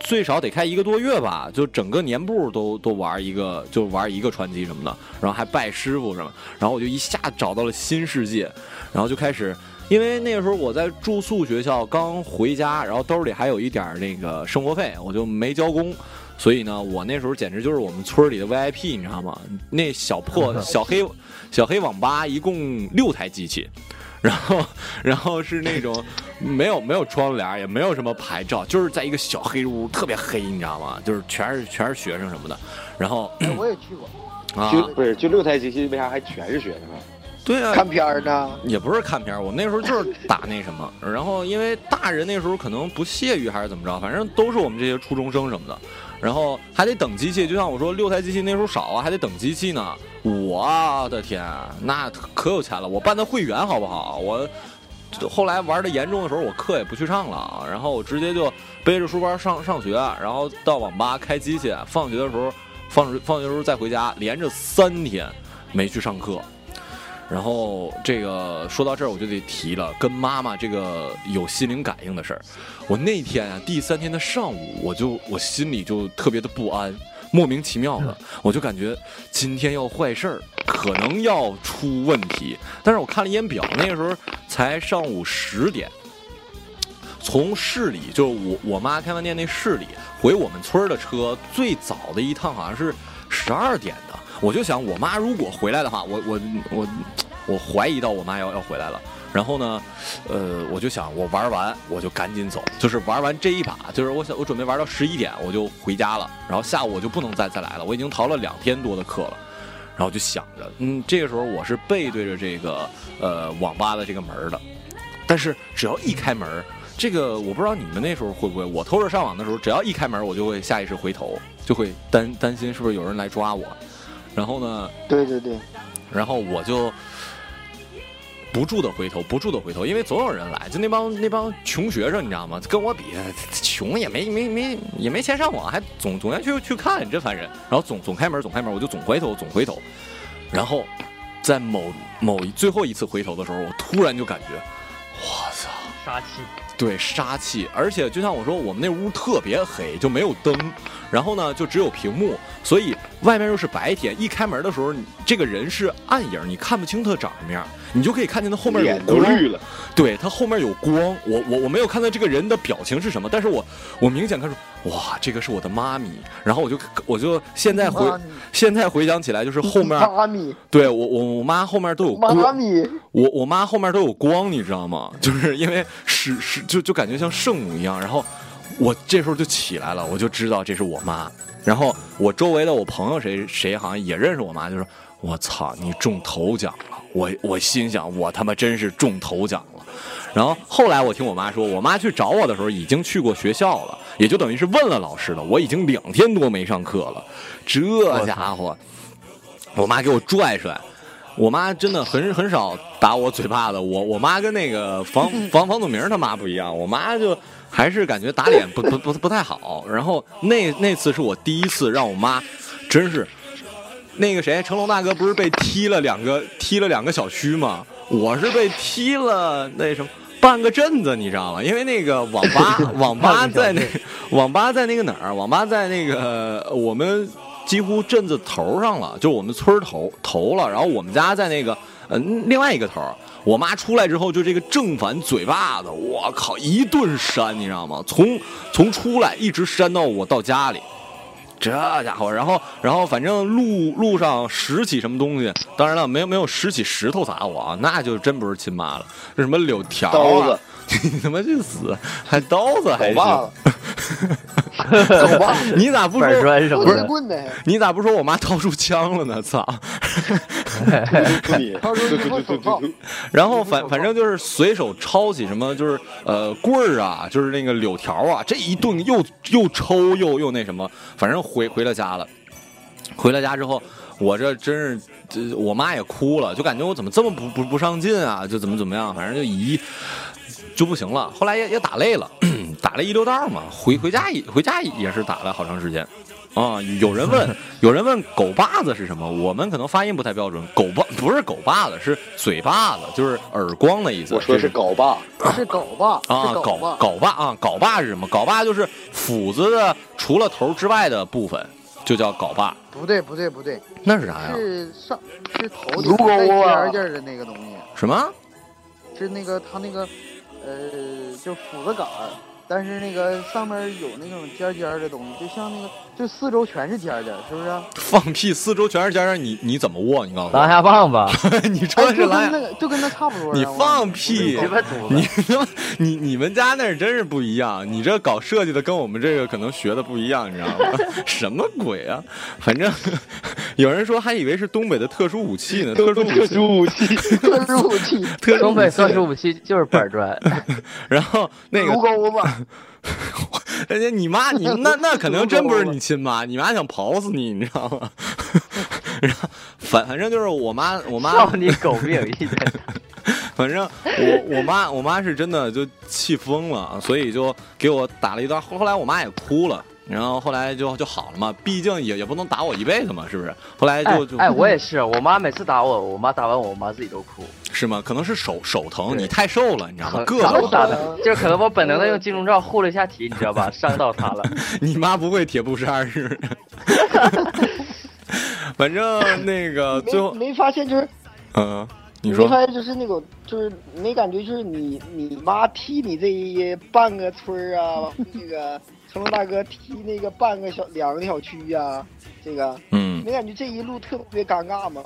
最少得开一个多月吧，就整个年部都都玩一个，就玩一个传奇什么的，然后还拜师傅什么，然后我就一下找到了新世界，然后就开始。因为那个时候我在住宿学校，刚回家，然后兜里还有一点儿那个生活费，我就没交工，所以呢，我那时候简直就是我们村儿里的 VIP，你知道吗？那小破小黑小黑网吧一共六台机器，然后然后是那种没有没有窗帘儿，也没有什么牌照，就是在一个小黑屋，特别黑，你知道吗？就是全是全是学生什么的，然后
哎我也去过，
啊，
就不是就六台机器，为啥还全是学生啊？
对啊，
看片儿呢，
也不是看片儿，我那时候就是打那什么， 然后因为大人那时候可能不屑于还是怎么着，反正都是我们这些初中生什么的，然后还得等机器，就像我说六台机器那时候少啊，还得等机器呢。我的天，那可有钱了，我办的会员好不好？我后来玩的严重的时候，我课也不去上了，然后我直接就背着书包上上学，然后到网吧开机器，放学的时候放放学的时候再回家，连着三天没去上课。然后这个说到这儿，我就得提了，跟妈妈这个有心灵感应的事儿。我那天啊，第三天的上午，我就我心里就特别的不安，莫名其妙的，我就感觉今天要坏事儿，可能要出问题。但是我看了一眼表，那个时候才上午十点。从市里，就是我我妈开饭店那市里回我们村儿的车，最早的一趟好像是十二点的。我就想，我妈如果回来的话，我我我我怀疑到我妈要要回来了。然后呢，呃，我就想我玩完我就赶紧走，就是玩完这一把，就是我想我准备玩到十一点我就回家了，然后下午我就不能再再来了，我已经逃了两天多的课了。然后就想着，嗯，这个时候我是背对着这个呃网吧的这个门儿的，但是只要一开门儿，这个我不知道你们那时候会不会，我偷着上网的时候，只要一开门，我就会下意识回头，就会担担心是不是有人来抓我。然后呢，
对对对，
然后我就不住的回头，不住的回头，因为总有人来，就那帮那帮穷学生，你知道吗？跟我比，穷也没没没也没钱上网，还总总要去去看，真烦人。然后总总开门，总开门，我就总回头，总回头。然后在某某一最后一次回头的时候，我突然就感觉，我操！
杀气。
对杀气，而且就像我说，我们那屋特别黑，就没有灯，然后呢就只有屏幕，所以外面又是白天。一开门的时候，你这个人是暗影，你看不清他长什么样，你就可以看见他后面有
脸都
光。
绿了，
对他后面有光，我我我没有看到这个人的表情是什么，但是我我明显看出，哇，这个是我的妈咪。然后我就我就现在回
妈咪
现在回想起来，就是后面
妈咪
对我我我妈后面都有光。
妈 咪，
我我妈后面都有光，你知道吗？ 就是因为是是就就感觉像圣母一样。然后我这时候就起来了，我就知道这是我妈。然后我周围的我朋友谁谁好像也认识我妈，就说：“我操，你中头奖了！”我我心想，我他妈真是中头奖了。然后后来我听我妈说，我妈去找我的时候已经去过学校了，也就等于是问了老师了。我已经两天多没上课了，这家伙，我妈给我拽拽。我妈真的很很少打我嘴巴子，我我妈跟那个房房房祖名他妈不一样，我妈就还是感觉打脸不不不不太好。然后那那次是我第一次让我妈，真是那个谁，成龙大哥不是被踢了两个踢了两个小区吗？我是被踢了那什么半个镇子，你知道吗？因为那个网吧网吧在那网吧在那个哪儿？网吧在那个呃我们几乎镇子头上了，就是我们村儿头头了。然后我们家在那个呃另外一个头儿。我妈出来之后，就这个正反嘴巴子，我靠，一顿扇，你知道吗？从从出来一直扇到我到家里。这家伙，然后然后反正路路上拾起什么东西，当然了，没有没有拾起石头砸我啊，那就真不是亲妈了，是什么柳条、啊、
刀子，
你他妈去死，还刀子
走
还是
吧了，
走吧，
你咋不
板
说？
砖什么
棍
的，
棍的，
你咋不说我妈掏出枪了呢？操！
对
到时候
对
你
对
会
对
走
对
到
对，
然后反反正就是随手抄起什么，就是呃棍儿啊，就是那个柳条啊，这一顿又又抽又又那什么，反正回回了家了。回了家之后，我这真是，这我妈也哭了，就感觉我怎么这么不不不上进啊，就怎么怎么样，反正就一就不行了。 后来也也打累了，打了一溜道嘛，回回家也回家也是打了好长时间。啊、有人 问，有人问狗把子是什么？我们可能发音不太标准，狗巴不是狗把子，是嘴巴子，就是耳光的意思。我说是
镐把
是狗吧？
啊，
是狗
镐
吧？
镐把啊，镐把是什么？镐把就是斧子的除了头之外的部分，就叫镐把。
不对不对不对，
那是啥哎呀？啊
是上是头
如
顶
果
带尖
我
儿尖儿的那个东西。
什么？
是那个它那个，呃，就斧子杆儿，但是那个上面有那种尖尖儿的东西，就像那个，就四周全是尖尖儿，是不是、啊？
放屁！四周全是尖尖，你你怎么握？你告诉我。
狼牙
棒 吧？
你说的是
哎就
狼
跟
牙？
那个就跟那差不多啊。
哎你
我
放屁！
我我
你他妈 你你们家那儿真是不一样，你这搞设计的跟我们这个可能学的不一样，你知道吗？ 什么鬼啊？反正有人说还以为是东北的特殊武器呢，特殊
特殊
武器，
特殊武器，
特殊
东北特殊武器就是板 砖。
然后 那个
如果我把
人家你妈，你那那可能真不是你亲妈，你妈想刨死你，你知道吗？ 然后反反正就是我妈，我妈
少你狗命一点。
反正我我妈我妈是真的就气疯了，所以就给我打了一段。后后来我妈也哭了，然后后来就就好了嘛，毕竟也也不能打我一辈子嘛，是不是？后来
哎
就就
哎，我也是，我妈每次打我，我妈打完我，我妈自己都哭。
是吗？可能是手手疼，你太瘦了，你知道吗？
可
个
咋
子
都打
大。
的，就是可能我本
嗯
能的用金钟罩护了一下体，你知道吧？伤到她了。
你妈不会铁布衫是 不是？反正那个最后
没，没发现就是
嗯，你
没
说
发现就是那种就是没感觉就是你你妈踢你这一半个村儿啊，那个成龙大哥踢那个半个小两个小区呀、这个
嗯
没感觉这一路特别尴尬吗？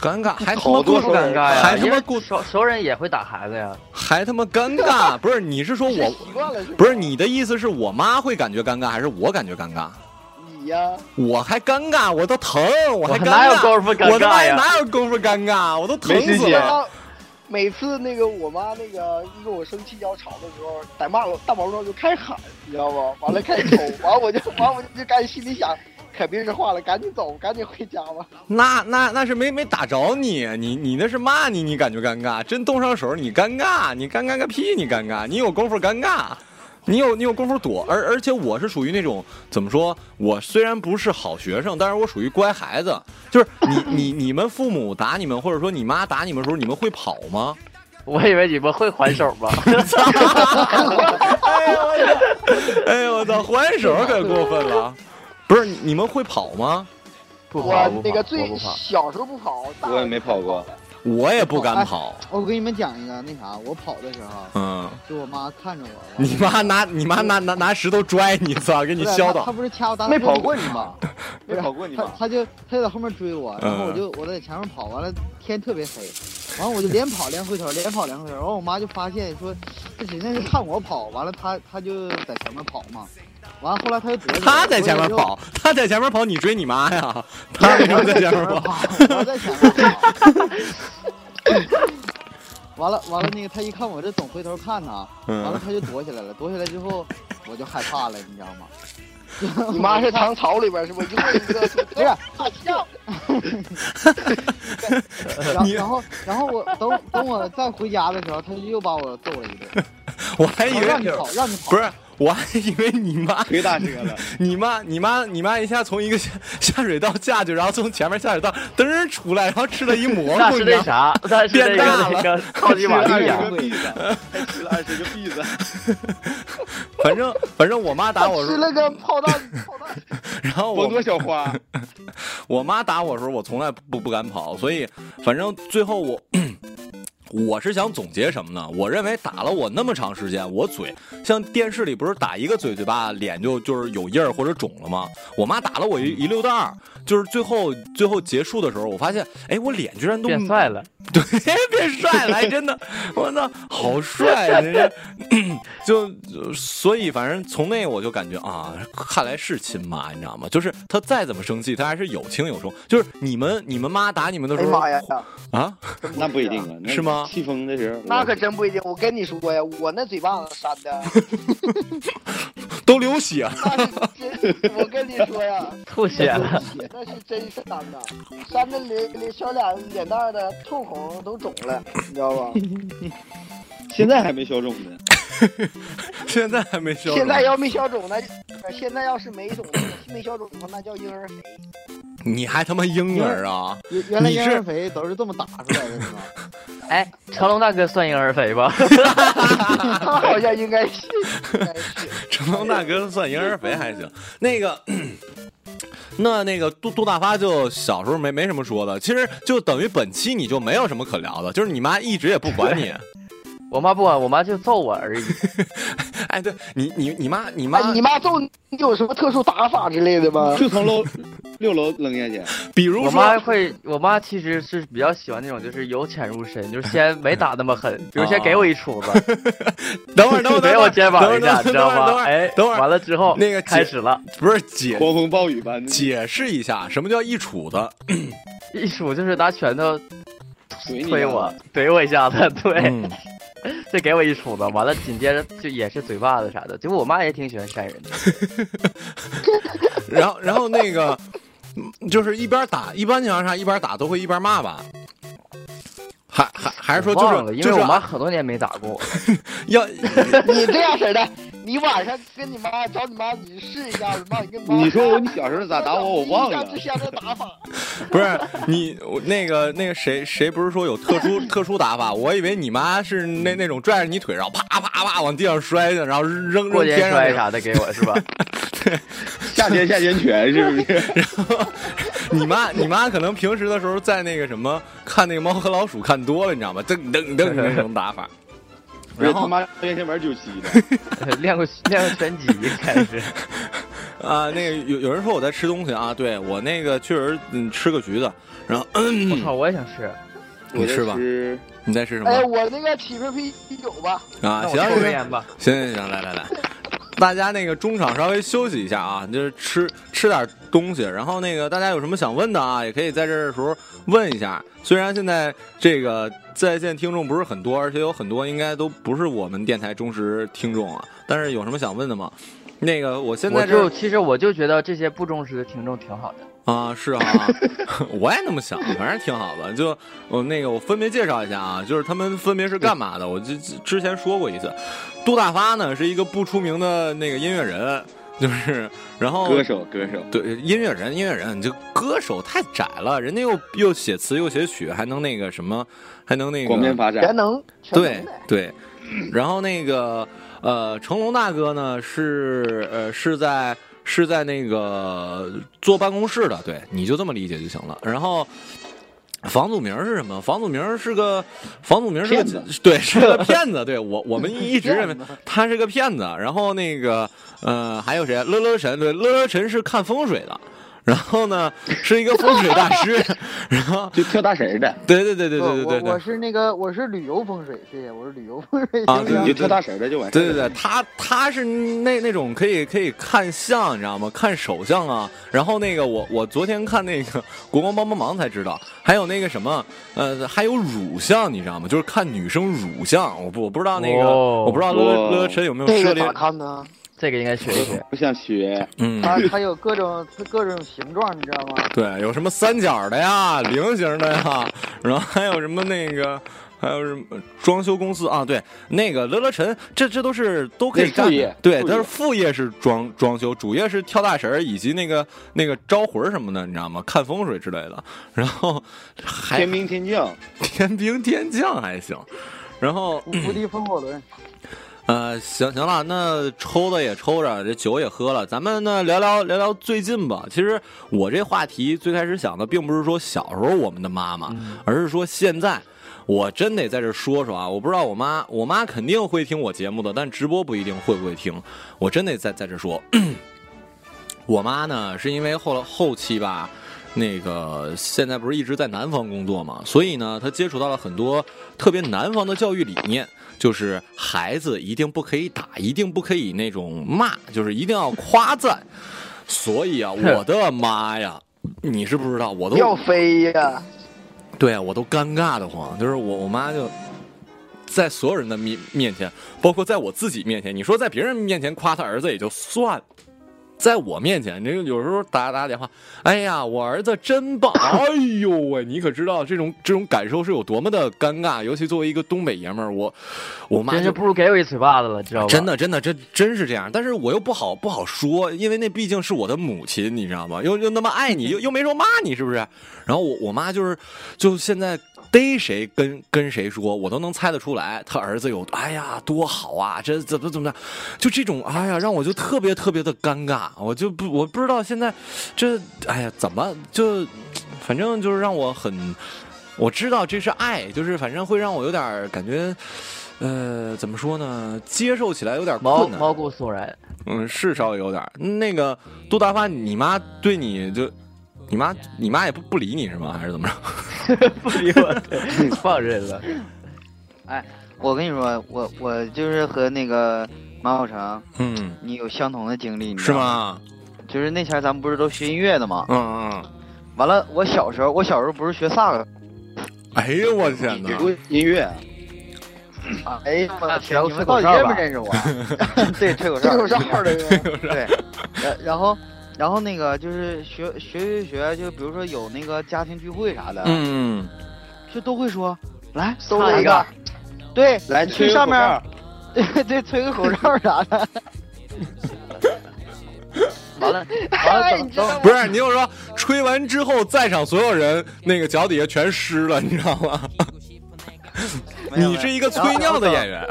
尴尬，还他妈
好多
过
尴尬呀，
还他
因
妈
为熟熟人也会打孩子呀。
还他妈尴尬？不是，你是说我
习惯了是
不是你的意思是我妈会感觉尴尬，还是我感觉尴尬？
你呀、
我还尴尬，我都疼，我还
我
尴尬，
哪有功夫尴尬呀
我他妈哪有功夫尴尬？我都疼
每
死
次
了。
每次那个我妈那个一跟我生气要吵的时候，在马路大马路上就开始喊，你知道吗？完了开始抽，完我就完我就赶紧心里想，可别这话了，赶紧走，赶紧回家吧。
那那那是没没打着你，你你那是骂你，你感觉尴尬。真动上手，你尴尬，你尴尬个屁，你尴尬，你有功夫尴尬，你有你有功夫躲。而而且我是属于那种怎么说，我虽然不是好学生，但是我属于乖孩子。就是你你你们父母打你们，或者说你妈打你们的时候，你们会跑吗？
我以为你们会还手吧？
哎呦我操，还手可过分了！不是你们会跑吗？
不
我那个最小时候不跑，大
我也没跑过，
我也不敢跑。
我给你们讲一个那啥，我跑的时候，
嗯，
就我妈看着我，
你妈拿你妈拿拿拿石头拽你，操，给你
不是
削
她
倒
她。不是掐我大
没
腿
跑过
棍子吗？
没跑过你
他
吗？
他就他就在后面追我，然后我
嗯
就我在前面跑，完了天特别黑，完了我就连跑连回头，连跑连回头，完我妈就发现说这人家是看我跑，完了她她就在前面跑嘛，完了后来她就得手
他在前面，跑，他在前面跑，你追你妈呀？他为什么在前面跑？
我在前面跑， 完了完了那个她一看我这总回头看她，
嗯
完了她就躲起来了，躲起来之后我就害怕了，你知道吗？
你妈是藏槽里边是吧？一会儿一个，不 是大象，
然后然后然后我等等我再回家的时候，她就又把我揍了一顿。
我还以为
让你跑，让你跑。
不是，我还以为你妈
腿打折了。
你妈，你妈，你妈一下从一个下下水道下去，然后从前面下水道噔儿出来，然后吃了一蘑
那
菇，
是
你
那
知道吗？
啥，那是那
变大
个
了
那个超级玛丽呀。
币子，还吃了二十个币子。
反正反正我妈打我的时
吃
候，
了 个炮弹，炮弹。
然后我
多多小花，
我妈打我的时候，我从来不不敢跑，所以反正最后我。 我是想总结什么呢？我认为打了我那么长时间，我嘴像电视里不是打一个嘴嘴巴，脸就就是有印儿或者肿了吗？我妈打了我一一溜蛋儿，就是最后最后结束的时候，我发现，哎，我脸居然都
变帅了，
对，变帅了，还真的，我操，好帅！真是 就就所以，反正从那我就感觉啊，看来是亲妈，你知道吗？就是他再怎么生气，他还是有轻有重。就是你们你们妈打你们的
哎
时
呀
候
妈呀！
啊，
那不一定啊，那
是吗
气疯的时候，
那可真不一定，我跟你说呀，我那嘴巴子扇的，
都流血了。
那是真，我跟你说呀，
吐血了。
那是真扇的，扇的脸脸小脸脸蛋儿的通红都肿了，你知道吧？
现在还没消肿呢。
现在还没消。
现在要没消肿，那现在要是没肿，没消肿那叫婴儿肥。
你还他妈婴儿啊？
原原来
你
婴
是
儿肥都是这么打出来的，是 吧？
哎，成龙大哥算婴儿肥吧？
他好像应该是，应该是哎
成龙大哥算婴儿肥还行。那个， 那那个杜杜大发就小时候没没什么说的，其实就等于本期你就没有什么可聊的，就是你妈一直也不管你。
我妈不管，我妈就揍我而已。
哎，对你你你妈你妈、
哎，你妈揍你有什么特殊打法之类的吗？
就从楼六楼扔下去，
比如
我妈
说
会，我妈其实是比较喜欢那种，就是由浅入深，就是先没打那么狠，比如先给我一杵子，
等会儿等会 儿
给
等会
我
儿
肩膀一下，
等
知
会
道
儿等会
吗？
儿
哎，
等会儿
完了之后，
那个姐
开始了，
不是解
狂风暴雨般的
解释一下什么叫一杵子。
一杵就是拿拳头
随你
推
啊
我，怼我一下子，对，
嗯，
就给我一杵子，完了紧接着就也是嘴巴子啥的，结果我妈也挺喜欢扇人的，
然后然后那个。嗯就是一边打，一般情况下一边打都会一边骂吧，还还还是说就
忘了，
是
因
就
为
是啊
我妈很多年没打过我了，
要
你这样式儿的，你晚上跟你妈找你妈，你试一下，你妈你跟妈。
你说我你小时候咋打我我 忘了
之前的打法，
不是你我那个那个谁谁不是说有特殊特殊打法？我以为你妈是那那种拽着你腿，然后啪啪啪往地上摔的，然后扔扔
过
天
肩
上那
摔
种。
啥的给我是吧？
夏天夏天拳是 不是？
你妈你妈可能平时的时候在那个什么看那个猫和老鼠看多了，你知道吗？噔噔噔那种打法。
不是
然
他
后
妈天天玩九七的，
练过练过拳击开 始，
啊、那个有有人说我在吃东西啊，对我那个确实嗯吃个橘子，然后
我操，我也想吃，
啊你吃
我在
吧
吃
你在吃什么、
哎，我那个起瓶啤酒吧，
啊？
那我
行
抽根
行
烟吧。
行行行，来来来，大家那个中场稍微休息一下啊，就是吃吃点东西，然后那个大家有什么想问的啊，也可以在这儿的时候问一下。虽然现在这个在线听众不是很多，而且有很多应该都不是我们电台忠实听众啊，但是有什么想问的吗？那个我现
我
在这
就
儿
其实我就觉得这些不忠实的听众挺好的。
啊、是啊，我也那么想，反正挺好的。就我那个我分别介绍一下啊，就是他们分别是干嘛的，我之之前说过一次。杜大发呢是一个不出名的那个音乐人，就是然后
歌手歌手，
对音乐人音乐人，你这歌手太窄了，人家又又写词又写曲，还能那个什么，还能那个
广面发展
全能，全
对
能的。
对，然后那个呃，成龙大哥呢是呃是在是在那个坐办公室的，对，你就这么理解就行了。然后。房祖名是什么？房祖名是个房祖名是个
骗
对是个骗子，对我我们一直认为他是个骗子。然后那个呃还有谁？乐乐神对乐乐神是看风水的，然后呢是一个风水大师，然后
就跳大神儿的，
对对对对对对对
我
对
我是那个我是旅游风水，谢谢，我是旅游风水。
啊
你
对
就
对
跳大神儿的就完事儿
对
了。
对对，他他是那那种可以可以看相，你知道吗？看手相啊。然后那个我我昨天看那个《国光帮帮忙》才知道，还有那个什么呃，还有乳相，你知道吗？就是看女生乳相。我不我不知道那个，
哦
我不知道乐乐
哇
乐晨有没有
这
涉
个
猎
咋。看呢？
这个应该学一学。
不想学，
嗯，
它它有各种它各种形状，你知道吗？
对，有什么三角的呀，菱形的呀，然后还有什么那个。还有什么装修公司啊？对，那个乐乐晨，这这都是都可以
那是
干
副业
的。对，
副业
但是副业是装装修，主业是跳大神儿以及那个那个招魂儿什么的，你知道吗？看风水之类的。然后还
天兵天将，
天兵天将还行。然后
无敌风火轮，
呃，行行了，那抽的也抽着，这酒也喝了，咱们呢聊聊聊聊最近吧。其实我这话题最开始想的，并不是说小时候我们的妈妈，而是说现在。我真得在这说说啊，我不知道我妈，我妈肯定会听我节目的，但直播不一定会不会听。我真得在在这说， 我妈呢是因为后后期吧，那个现在不是一直在南方工作嘛，所以呢，她接触到了很多特别南方的教育理念，就是孩子一定不可以打，一定不可以那种骂，就是一定要夸赞。所以啊，我的妈呀，你是不知道，我都
要飞呀！
对啊，我都尴尬的慌，就是我我妈就在所有人的面面前，包括在我自己面前，你说在别人面前夸她儿子也就算了，在我面前，这个有时候打打电话，哎呀，我儿子真棒！哎呦喂，你可知道这种这种感受是有多么的尴尬？尤其作为一个东北爷们儿，我我妈
真是
就
不如给我一嘴巴子了，知道吧？
真的，真的，真真是这样。但是我又不好不好说，因为那毕竟是我的母亲，你知道吗？又又那么爱你，又又没说骂你，是不是？然后我我妈就是，就现在逮谁跟跟谁说，我都能猜得出来，她儿子有哎呀多好啊，这怎么怎么的，就这种哎呀，让我就特别特别的尴尬，我就不我不知道现在这哎呀怎么就，反正就是让我很。我知道这是爱，就是反正会让我有点儿感觉，呃，怎么说呢？接受起来有点儿
毛
困难。
毛骨悚然。
嗯，是稍微有点儿。那个杜大发，你妈对你就，你妈你妈也不不理你是吗？还是怎么着？
不理我， 对放任了。
哎，我跟你说，我我就是和那个马小成，
嗯，
你有相同的经历，你知
是
道？
吗？
就是那前儿咱们不是都学音乐的吗？
嗯嗯。
完了，我小时候，我小时候不是学萨克，
哎呦我天哪！
音乐，
哎呀，我的天，
后
你
吹
们
口
到底
哨
认不
吧
认识我？啊 对，吹口哨，
吹口哨的人
对，然然后，然后那个就是学学学学，就比如说有那个家庭聚会啥的，
嗯，
就都会说来
搜
唱
一
一
个
个，对，
来
去
吹个
上
口
面
哨，
对 对，吹个口哨啥的。完了，完了，等等，
不是，你就说吹完之后，在场所有人那个脚底下全湿了，你知道吗？
没有
你是一个催尿的演。员。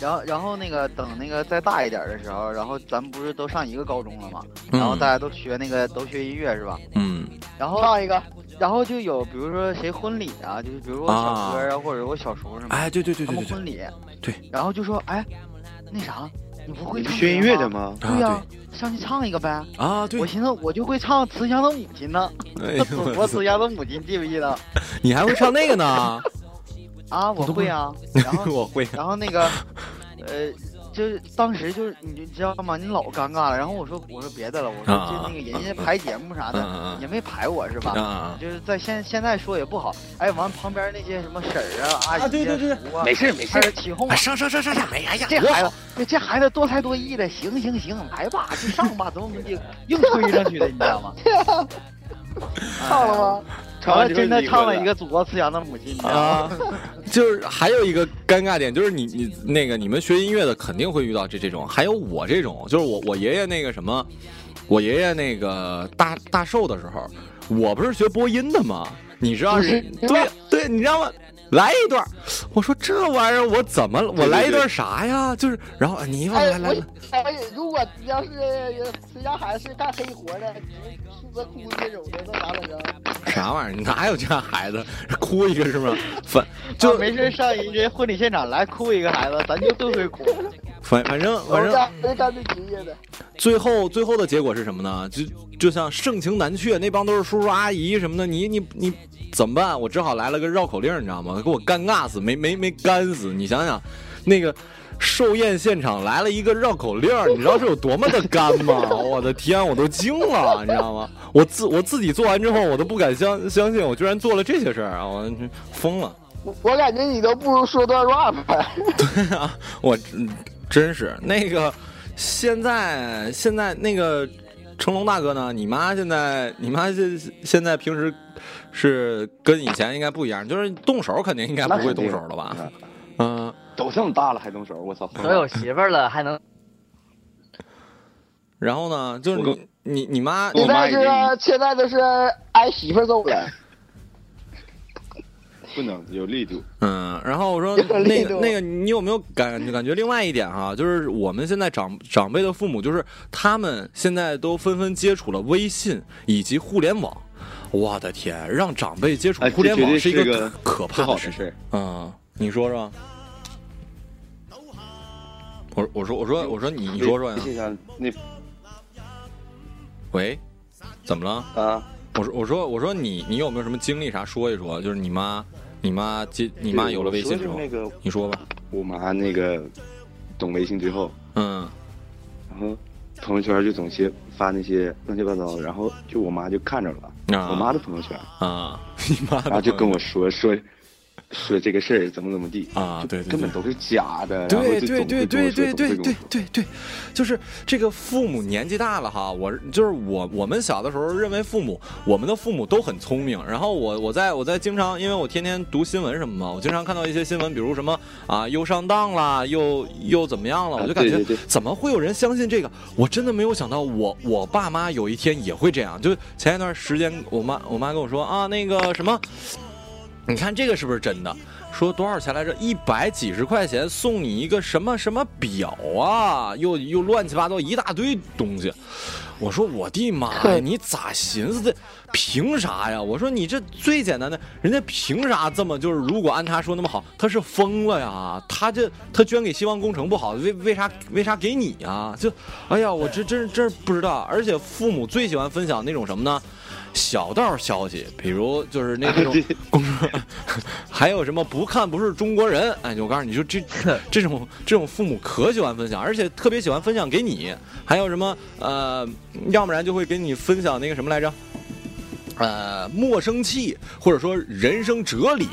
然后，然后那个等那个再大一点的时候，然后咱们不是都上一个高中了吗？
嗯
然后大家都学那个都学音乐是吧？
嗯
然后
唱一个，
然后就有比如说谁婚礼啊，就是比如说我小哥啊，或者我小叔什么的，
哎，对对对
他
对
们
对对
婚礼，
对，
然后就说哎，那啥，你不会
你不
唱
学
歌
音乐的？吗？
对呀
啊，
上去唱一个呗。
对啊对
我，寻思我就会唱《慈祥的母亲》呢，
哎呦
祖
我
国
操
慈祥的母亲，记不记得？
你还会唱那个呢？
啊，我会啊。然后
我会。
然后那个，呃，就是当时就是你就知道吗？你老尴尬了。然后我说我说别的了，我说
啊
就那个人家排节目啥的、
嗯嗯嗯
也没排我是吧？
啊，
就是在现现在说也不好，哎，完旁边那些什么婶儿啊、阿姨
啊对对对
叔啊
没事没事
开始起哄啊
哎，上上上上上，哎呀呀，
这孩子，对这孩子多才多艺的，行行行，来吧，就上吧，怎么怎么地，硬推上去的，你知 道吗？
唱了吗？
完了，真的唱了一
个，
个祖国慈祥的母亲，你 知道吗？
啊，就是还有一个尴尬点，就是你你那个你们学音乐的肯定会遇到这这种，还有我这种，就是我我爷爷那个什么，我爷爷那个大大寿的时候，我不是学播音的吗？你知道是？对对，你知道吗？来一段儿，我说这玩意儿我怎么了我来一段啥呀？就是，然后哎你一放
哎，
来来
我
来，
哎，如果要是谁家孩子是干黑活的，负责哭那种的，那咋整啊？
啥玩意儿？哪有这样孩子哭一个是吗？反就
啊没事上人家婚礼现场来哭一个孩子，咱就都会哭。
反反正
我
反
们
正。
家人干最职业的，
最后最后的结果是什么呢？就就像盛情难却，那帮都是叔叔阿姨什么的，你你你怎么办？我只好来了个绕口令，你知道吗？给我尴尬死，没没没干死。你想想，那个寿宴现场来了一个绕口令，你知道这有多么的干吗？我的天，我都惊了，你知道吗？我自我自己做完之后，我都不敢相相信，我居然做了这些事儿啊！我疯了。
我我感觉你都不如说段 rap。
啊，我嗯真是那个，现在现在那个成龙大哥呢？你妈现在你妈现现在平时是跟以前应该不一样，就是动手肯定应该不会动手了吧？嗯，
都这么大了还动手，我操！
都有媳妇儿了，还能
然后呢，就是
我
你你你妈
我
现
妈
在
已经
是现在都是挨媳妇儿揍了，
不能有力度，
嗯，然后我说
有力
那个
度
那个，你有没有感感觉另外一点哈、就是我们现在长长辈的父母，就是他们现在都纷纷接触了微信以及互联网。我的天，让长辈接触
哎
互联
这绝
网
对
是一
是
个
个
可可
不
怕
好
的
的
事
事
情。
儿。
嗯，你说说。我我说我说我说啊你你
你
说说呀？
这啥？那
喂，怎么了？
啊，
我说我说我说你你有没有什么经历啥说一说？就是你妈你妈接你妈有了微信之
我
后
说，是那个
你说吧。
我妈那个懂微信之后，
嗯
然后朋友圈就总些发那些乱七八糟，然后就我妈就看着了，
啊
我妈的朋友圈，
啊，你妈
然后就跟我说说，说这个事儿怎么怎么地
啊，对
根本都是假的。然后
对
就
对
总
对
会跟我说
对
总会
对对
跟我
对对对，就是这个父母年纪大了哈，我就是我我们小的时候认为父母，我们的父母都很聪明。然后我我在我在经常，因为我天天读新闻什么嘛，我经常看到一些新闻，比如什么啊又上当啦，又又怎么样了，我就感觉、
啊对对对
怎么会有人相信这个？我真的没有想到我，我爸妈有一天也会这样。就前一段时间，我妈我妈跟我说啊，那个什么。你看这个是不是真的？说多少钱来着？一百几十块钱送你一个什么什么表啊？又又乱七八糟一大堆东西。我说我的妈呀，你咋寻思的？凭啥呀？我说你这最简单的，人家凭啥这么就是？如果按他说那么好，他是疯了呀？他这他捐给希望工程不好，为为啥为啥给你呀？就哎呀，我这真真不知道。而且父母最喜欢分享那种什么呢？小道消息，比如就是那种公众，还有什么不看不是中国人，哎，我告诉你就这 这种这种父母可喜欢分享，而且特别喜欢分享给你。还有什么呃，要不然就会给你分享那个什么来着，呃，莫生气，或者说人生哲理，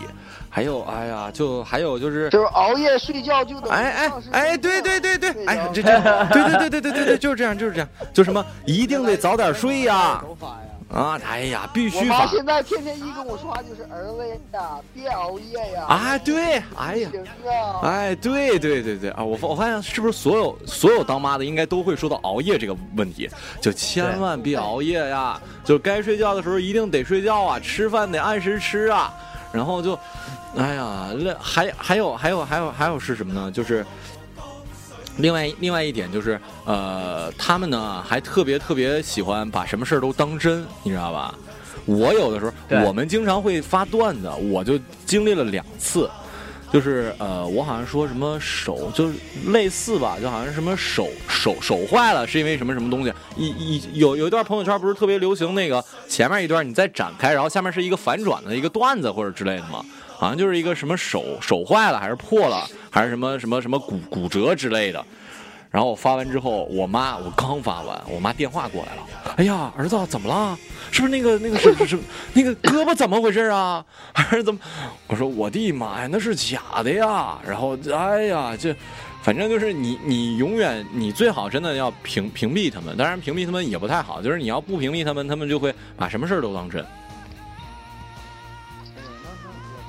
还有哎呀，就还有就是
就是熬夜睡觉就等于
哎哎
丧失
哎，对对对对，哎呀，这这，对对对对对对对，就是这样就是这样，就什么一定得早点 睡呀，啊，哎呀，必
我
须
妈
法。
现在天天一跟我说话就是儿子呀，别熬夜呀。啊
啊，对，哎呀，
哦
哎，对对对对啊！我发我发现是不是所有所有当妈的应该都会说到熬夜这个问题，就千万别熬夜呀，就该睡觉的时候一定得睡觉啊，吃饭得按时吃啊，然后就，哎呀，那还还有还有还有还有是什么呢？就是。另外，另外一点就是，呃，他们呢还特别特别喜欢把什么事儿都当真，你知道吧？我有的时
对
候，我们经常会发段子，我就经历了两次，就是呃，我好像说什么手就是类似吧，就好像什么手手手坏了是因为什么什么东西。一一有有一段朋友圈不是特别流行那个前面一段你再展开，然后下面是一个反转的一个段子或者之类的嘛，好像就是一个什么手手坏了还是破了还是什么什么什么骨骨折之类的。然后我发完之后，我妈我刚发完，我妈电话过来了。哎呀，儿子怎么了？是不是那个那个是是是那个胳膊怎么回事啊？还是怎么？我说我的妈呀，那是假的呀！然后哎呀，这反正就是你你永远你最好真的要屏屏蔽他们，当然屏蔽他们也不太好，就是你要不屏蔽他们，他们就会把什么事儿都当真。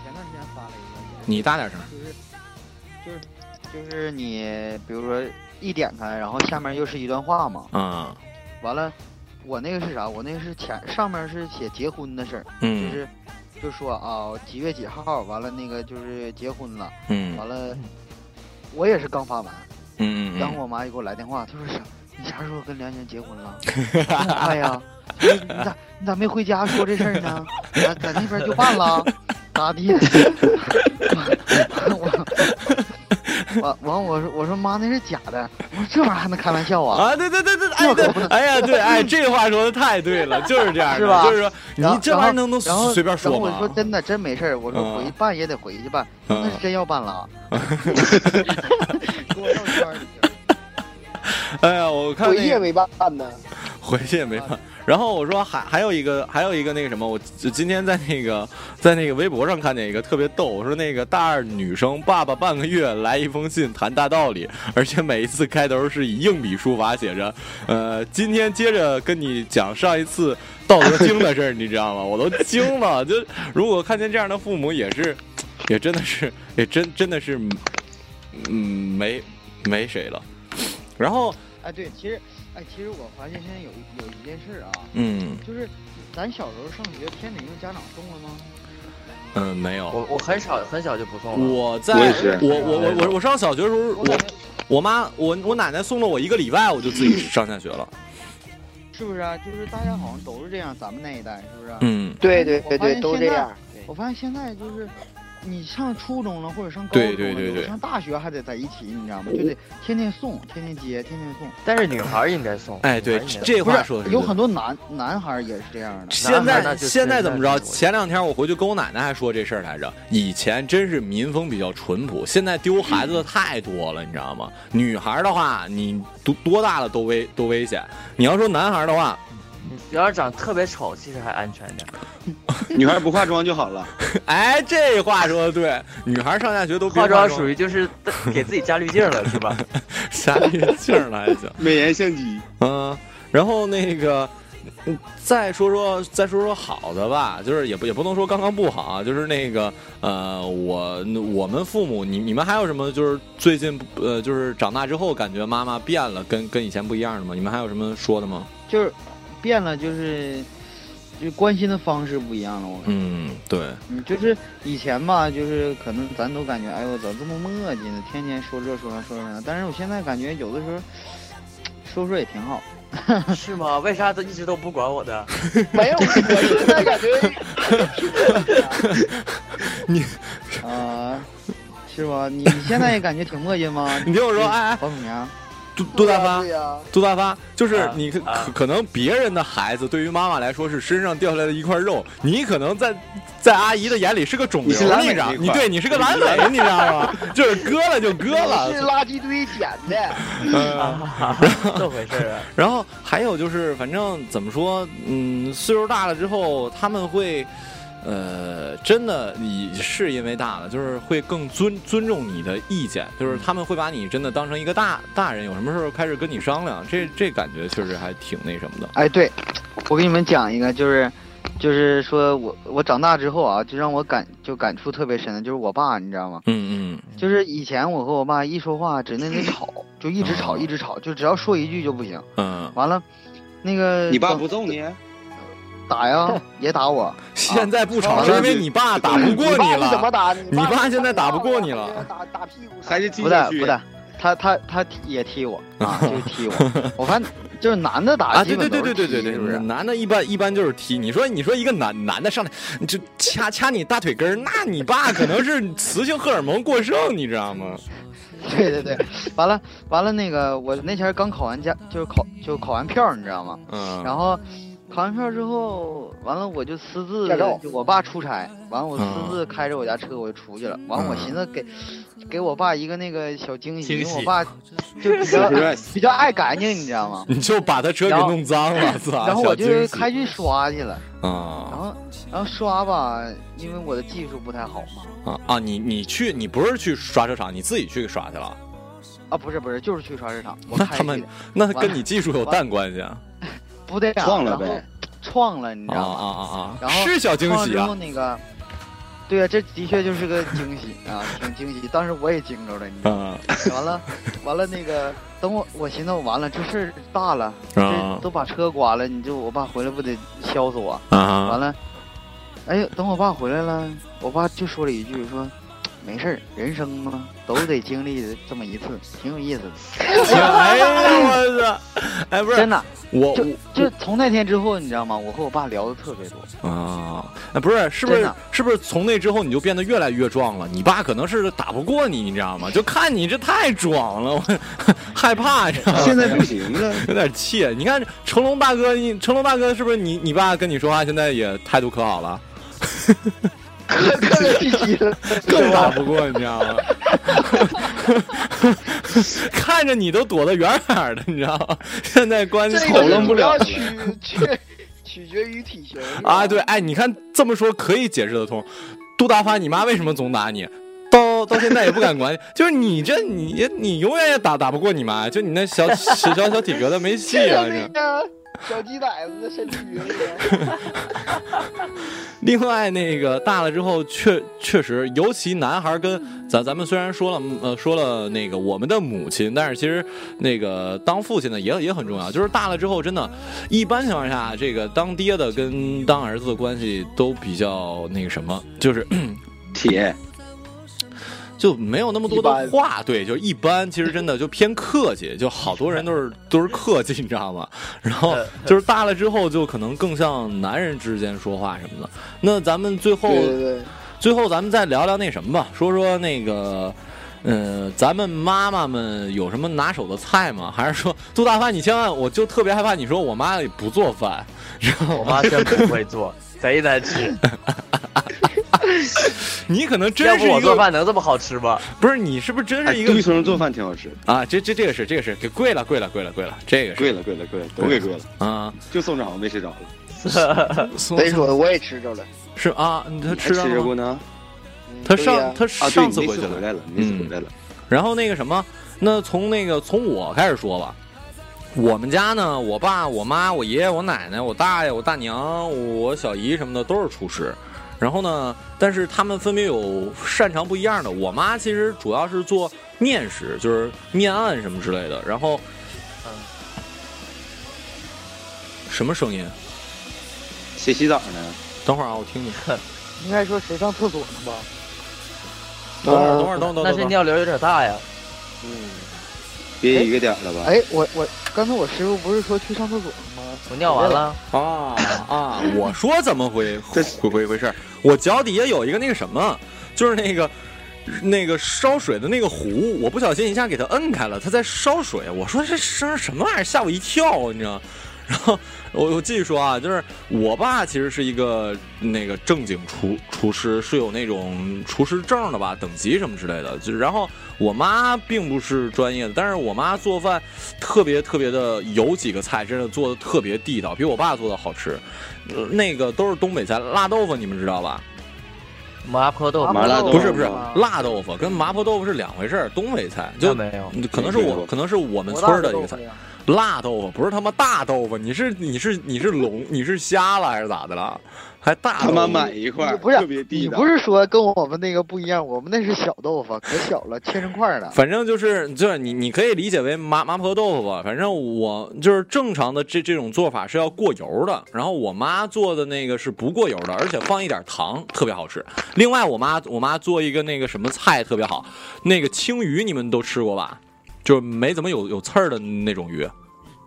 前段时间发了一
你大点声。
个，就是就是你比如说一点开，然后下面又是一段话嘛，
啊，
完了，我那个是啥？我那个是前上面是写结婚的事儿，
嗯
就是就说啊几月几号，完了那个就是结婚了，
嗯
完了我也是刚发完，
嗯
然后
嗯
我妈就给我来电话，她说啥？你啥时候跟梁璇结婚了？ 哎呀，她说你咋你咋没回家说这事儿呢？咋在那边就办了，咋地？ 我我完我说我说妈那是假的，我说这玩意儿还能开玩笑
嗯。
啊？
啊，对对对对，哎对， 哎呀，对，哎，这话说的太对了，就是这样的，
是吧？
就是说，你
然后
这玩意儿
然
能
后
能
然后
随便说
然后我说
吗？
真的，真没事儿。我说
嗯
回办也得回去办，
嗯
那是真要办了 啊。
哎呀，我看
回
那
去
个
也没办呢。
回去也没办。然后我说还还有一个还有一个那个什么，我就今天在那个 在那个微博上看见一个特别逗，我说那个大二女生爸爸半个月来一封信谈大道理，而且每一次开头是以硬笔书法写着， 呃，今天接着跟你讲上一次《道德经》的事儿，你知道吗？ 我都惊了，就如果看见这样的父母，也是也真的是也真真的是嗯没没谁了。然后
哎，对，其实哎，其实我发现现在有一有一件事啊，
嗯
就是咱小时候上学偏得用家长送了吗？
嗯、没有。
我我很少很小就不送了。
我在
我也是
我我我我我上小学的时候，我我妈我我奶奶送了我一个礼拜，我就自己上下学了。
是不是啊？就是大家好像都是这样，咱们那一代是不是啊？
嗯，
对对对对，
我发现
都这
现在
样。
我发现现在就是。你上初中了，或者上高中
对
了，
对对
有的
对哦
上大学还得在一起，你知道吗？就得天天送，天天接，天天送。
但是女孩儿应该送。
哎，
女
对，
孩儿应该送
这这
不是
话说的是
有
对
很多男男孩儿也是这样的。
现
男孩那
在
就是
现在怎么着？
那就是
前两天我回去跟我奶奶还说这事儿来着。以前真是民风比较淳朴，现在丢孩子的太多了，你知道吗？女孩的话，你多多大了都危都危险；你要说男孩的话，
你要是长特别丑，其实还安全点。
女孩不化妆就好了。
哎，这话说的对，女孩上下学都别
化
妆，
妆属于就是给自己加滤镜了，是 吧？
啥滤镜了还行。
美颜相机，
嗯，然后那个，嗯再说说再说说好的吧，就是也不也不能说刚刚不好啊，就是那个呃，我我们父母，你你们还有什么就是最近呃，就是长大之后感觉妈妈变了，跟跟以前不一样的吗？你们还有什么说的吗？
就是变了，就是就是关心的方式不一样了。我感觉
嗯，对，
嗯，就是以前吧，就是可能咱都感觉，哎呦，咋这么磨叽呢？天天说这说那说那，但是我现在感觉有的时候说说也挺好。
是吗？为啥都一直都不管我的？
没有，我现在感觉
你
啊、是吧？你你现在也感觉挺磨叽吗？
你听我说，哎哎，
王祖娘，
杜杜大发，杜大发，就是
啊
你可、可可能别人的孩子对于妈妈来说是身上掉下来的一块肉，你可能在在阿姨的眼里是个肿
你
瘤
是，阑尾
你知道
那一？块
你对你是个阑尾，你知道 吗？就是割了就割
我是
了。
垃圾堆捡的。
呃，
这回事 啊？
然后还有就是，反正怎么说，嗯，岁数大了之后，他们会，呃，真的你是因为大了，就是会更尊尊重你的意见，就是他们会把你真的当成一个大大人，有什么事儿开始跟你商量，这这感觉确实还挺那什么的。
哎，对，我给你们讲一个，就是就是说我我长大之后啊，就让我感就感触特别深的，就是我爸，你知道吗？
嗯嗯，
就是以前我和我爸一说话，只那得吵，就一直吵，一直吵，就只要说一句就不行。
嗯，
完了，那个
你爸不揍你？
打呀，也打我。
现在不吵
啊
是哦因为你爸打不过
你爸是
了。
怎么打的
你
你爸
爸现在打不过你了。
还是
不打不打，他他他踢也踢我啊，就踢我。我看就是男的打
啊，
基
对
本
对
都
对
是
对对对
踢
对，
是不是？
男的一般一般就是踢。你说你说一个男男的上来你就掐掐你大腿根儿，那你爸可能是 雌性荷尔蒙过剩，你知道吗？
对对对，完了完了，那个我那前儿刚考完驾，就是考就考完票，你知道吗？
嗯
然后考完票之后，完了我就私自
驾照，
就我爸出差，完了我
嗯
私
啊
自开着我家车我就出去了。完了我
嗯
寻思给给我爸一个那个小惊喜，
惊
因为我
喜
爸就比较比较爱干净，你知道吗？
你就把他车给
然后
弄脏了，操！
然后我
小
就
惊喜
开去刷去了，然
啊
后然后刷吧，因为我的技术不太好嘛。
啊啊！你你去，你不是去刷车厂，你自己去刷去了？
啊，不是不是，就是去刷市场。我
那
开
他
去
们
的
那
完
跟你技术有
完
淡关系啊？
不对啊，
撞了
然后
呗，
撞了，你知
啊
道吗？
啊啊啊！
然后
是小惊
撞了
喜
之
啊
后！那个，对啊，这的确就是个惊喜 啊，挺惊喜。当时我也惊着了，你知道
吗？
完了，完了，那个等我，我寻思我完了，这事儿大了，
啊
这都把车刮了，你就我爸回来不得削死我？
啊
完了，哎呦，等我爸回来了，我爸就说了一句说。没事儿，人生嘛，都得经历这么一次，挺有意思的。
哎 呀，我操！哎，不是
真的，
我
就就从那天之后，你知道吗？我和我爸聊的特 别多。
啊，哎，不是，是不
真
是
的，
是不是从那之后你就变得越来越壮了？你爸可能是打不过你，你知道吗？就看你这太壮了，我 害怕，你知道吗？
现在不行了，
有点气。你看成龙大哥，你成龙大哥是不是你你爸跟你说话现在也态度可好了？更打不过，你知道吗？ 看着你都躲得远远的，你知道吗？ 现在关系
这
好
个主要取 取取决于体型。
啊，对，哎，你看这么说可以解释得通。杜大发，你妈为什么总打你？到到现在也不敢管你，就是你这你你永远也打打不过你妈，就你那小小小小体格子没戏
这
啊！
个
这
那个小鸡崽子的身 躯。
另外那个大了之后，确确实，尤其男孩跟咱咱们虽然说了呃说了那个我们的母亲，但是其实那个当父亲的也也很重要。就是大了之后，真的，一般情况下，这个当爹的跟当儿子的关系都比较那个什么， 就是
铁。
就没有那么多的
一般
话，对，就一般，其实真的就偏客气，就好多人都是都是客气，你知 道吗？然
呃
后就是大了之后，就可能更像男人之间说话什么的。那咱们最后，
对对对
最后咱们再聊聊那什么吧，说说那个，呃，咱们妈妈们有什么拿手的菜吗？还是说做大饭？你千万，我就特别害怕你说我妈也不做饭，然后
我妈真不会做，贼难吃。
你可能
要
真是
不
一
我做
个
饭能这么好吃吗？
不是你是不是真是一个
杜医生哎做饭挺好吃，
啊？这这这个是这个是给贵了贵了贵了贵了，这个
贵了贵了贵了，都给贵了
啊！
就宋掌没吃着了，
没说我也吃着了，
是啊，他
吃
吃
着
上
吃
了
过
吗？嗯
呢。
他
对呀
上他
啊对
上次
你那
回
次
去
回来了你那次
嗯
回来了。
然后那个什么，那从那个从我开始说吧。我们家呢，我爸、我妈、我爷爷、我奶奶、我大爷、我大娘、我小姨什么的都是厨师。然后呢，但是他们分别有擅长不一样的。我妈其实主要是做面食，就是面案什么之类的。然后，什么声音？
谁洗澡呢？
等会儿啊，我听听。
应该说谁上厕所了吧？
呃
等会儿，等会儿，等会
但
儿，等
是
会儿。
尿流有点大呀。
别一个点儿了吧？
哎，我我刚才我师傅不是说去上厕所了吗？
我尿完了，
啊啊！ 我说怎么回回回回事儿？我脚底下有一个那个什么，就是那个那个烧水的那个壶，我不小心一下给它摁开了，它在烧水。我说这声儿什么玩意儿，吓我一跳，你知道？ 然后我我继续说啊，就是我爸其实是一个那个正经厨厨师，是有那种厨师证的吧，等级什么之类的。就然后我妈并不是专业的，但是我妈做饭特别特别的，有几个菜真的做的特别地道，比我爸做的好吃。呃那个都是东北菜，辣豆腐你们知道吧？
麻婆豆腐，
哦麻辣豆腐
嗯
不是不是
吗，
辣豆腐跟麻婆豆腐是两回事儿，东北菜就
那没有
可能是
没吃
我
过
可能是我们
我
村
大
儿的一
豆
个
腐
菜。
呀
辣豆腐不是他妈大豆腐，你是你是你是聋你是瞎了还是咋的了？还大
他
豆
妈
腐
买一块
你
儿，
不是
特别地
你
道。
不是说跟我们那个不一样，我们那是小豆腐，可小了，切成块儿 了。
反正就是就是你你可以理解为麻麻婆豆腐吧，反正我就是正常的这这种做法是要过油的，然后我妈做的那个是不过油的，而且放一点糖，特别好吃。另外我妈我妈做一个那个什么菜特别好，那个青鱼你们都吃过吧？就是没怎么有有刺儿的那种鱼，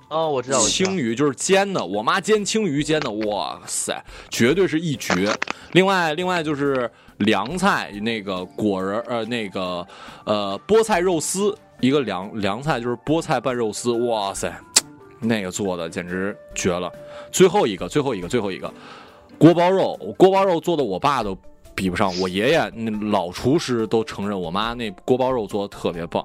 哦，我知道，我知道
青。鱼就是煎的，我妈煎青鱼煎的，哇塞，绝对是一绝。另外，另外就是凉菜，那个果仁儿，呃，那个呃菠菜肉丝，一个凉凉菜就是菠菜拌肉丝，哇塞，那个做的简直绝了。最后一个，最后一个，最后一个，锅包肉，锅包肉做的我爸都比不上，我爷爷那老厨师都承认，我妈那锅包肉做的特别棒。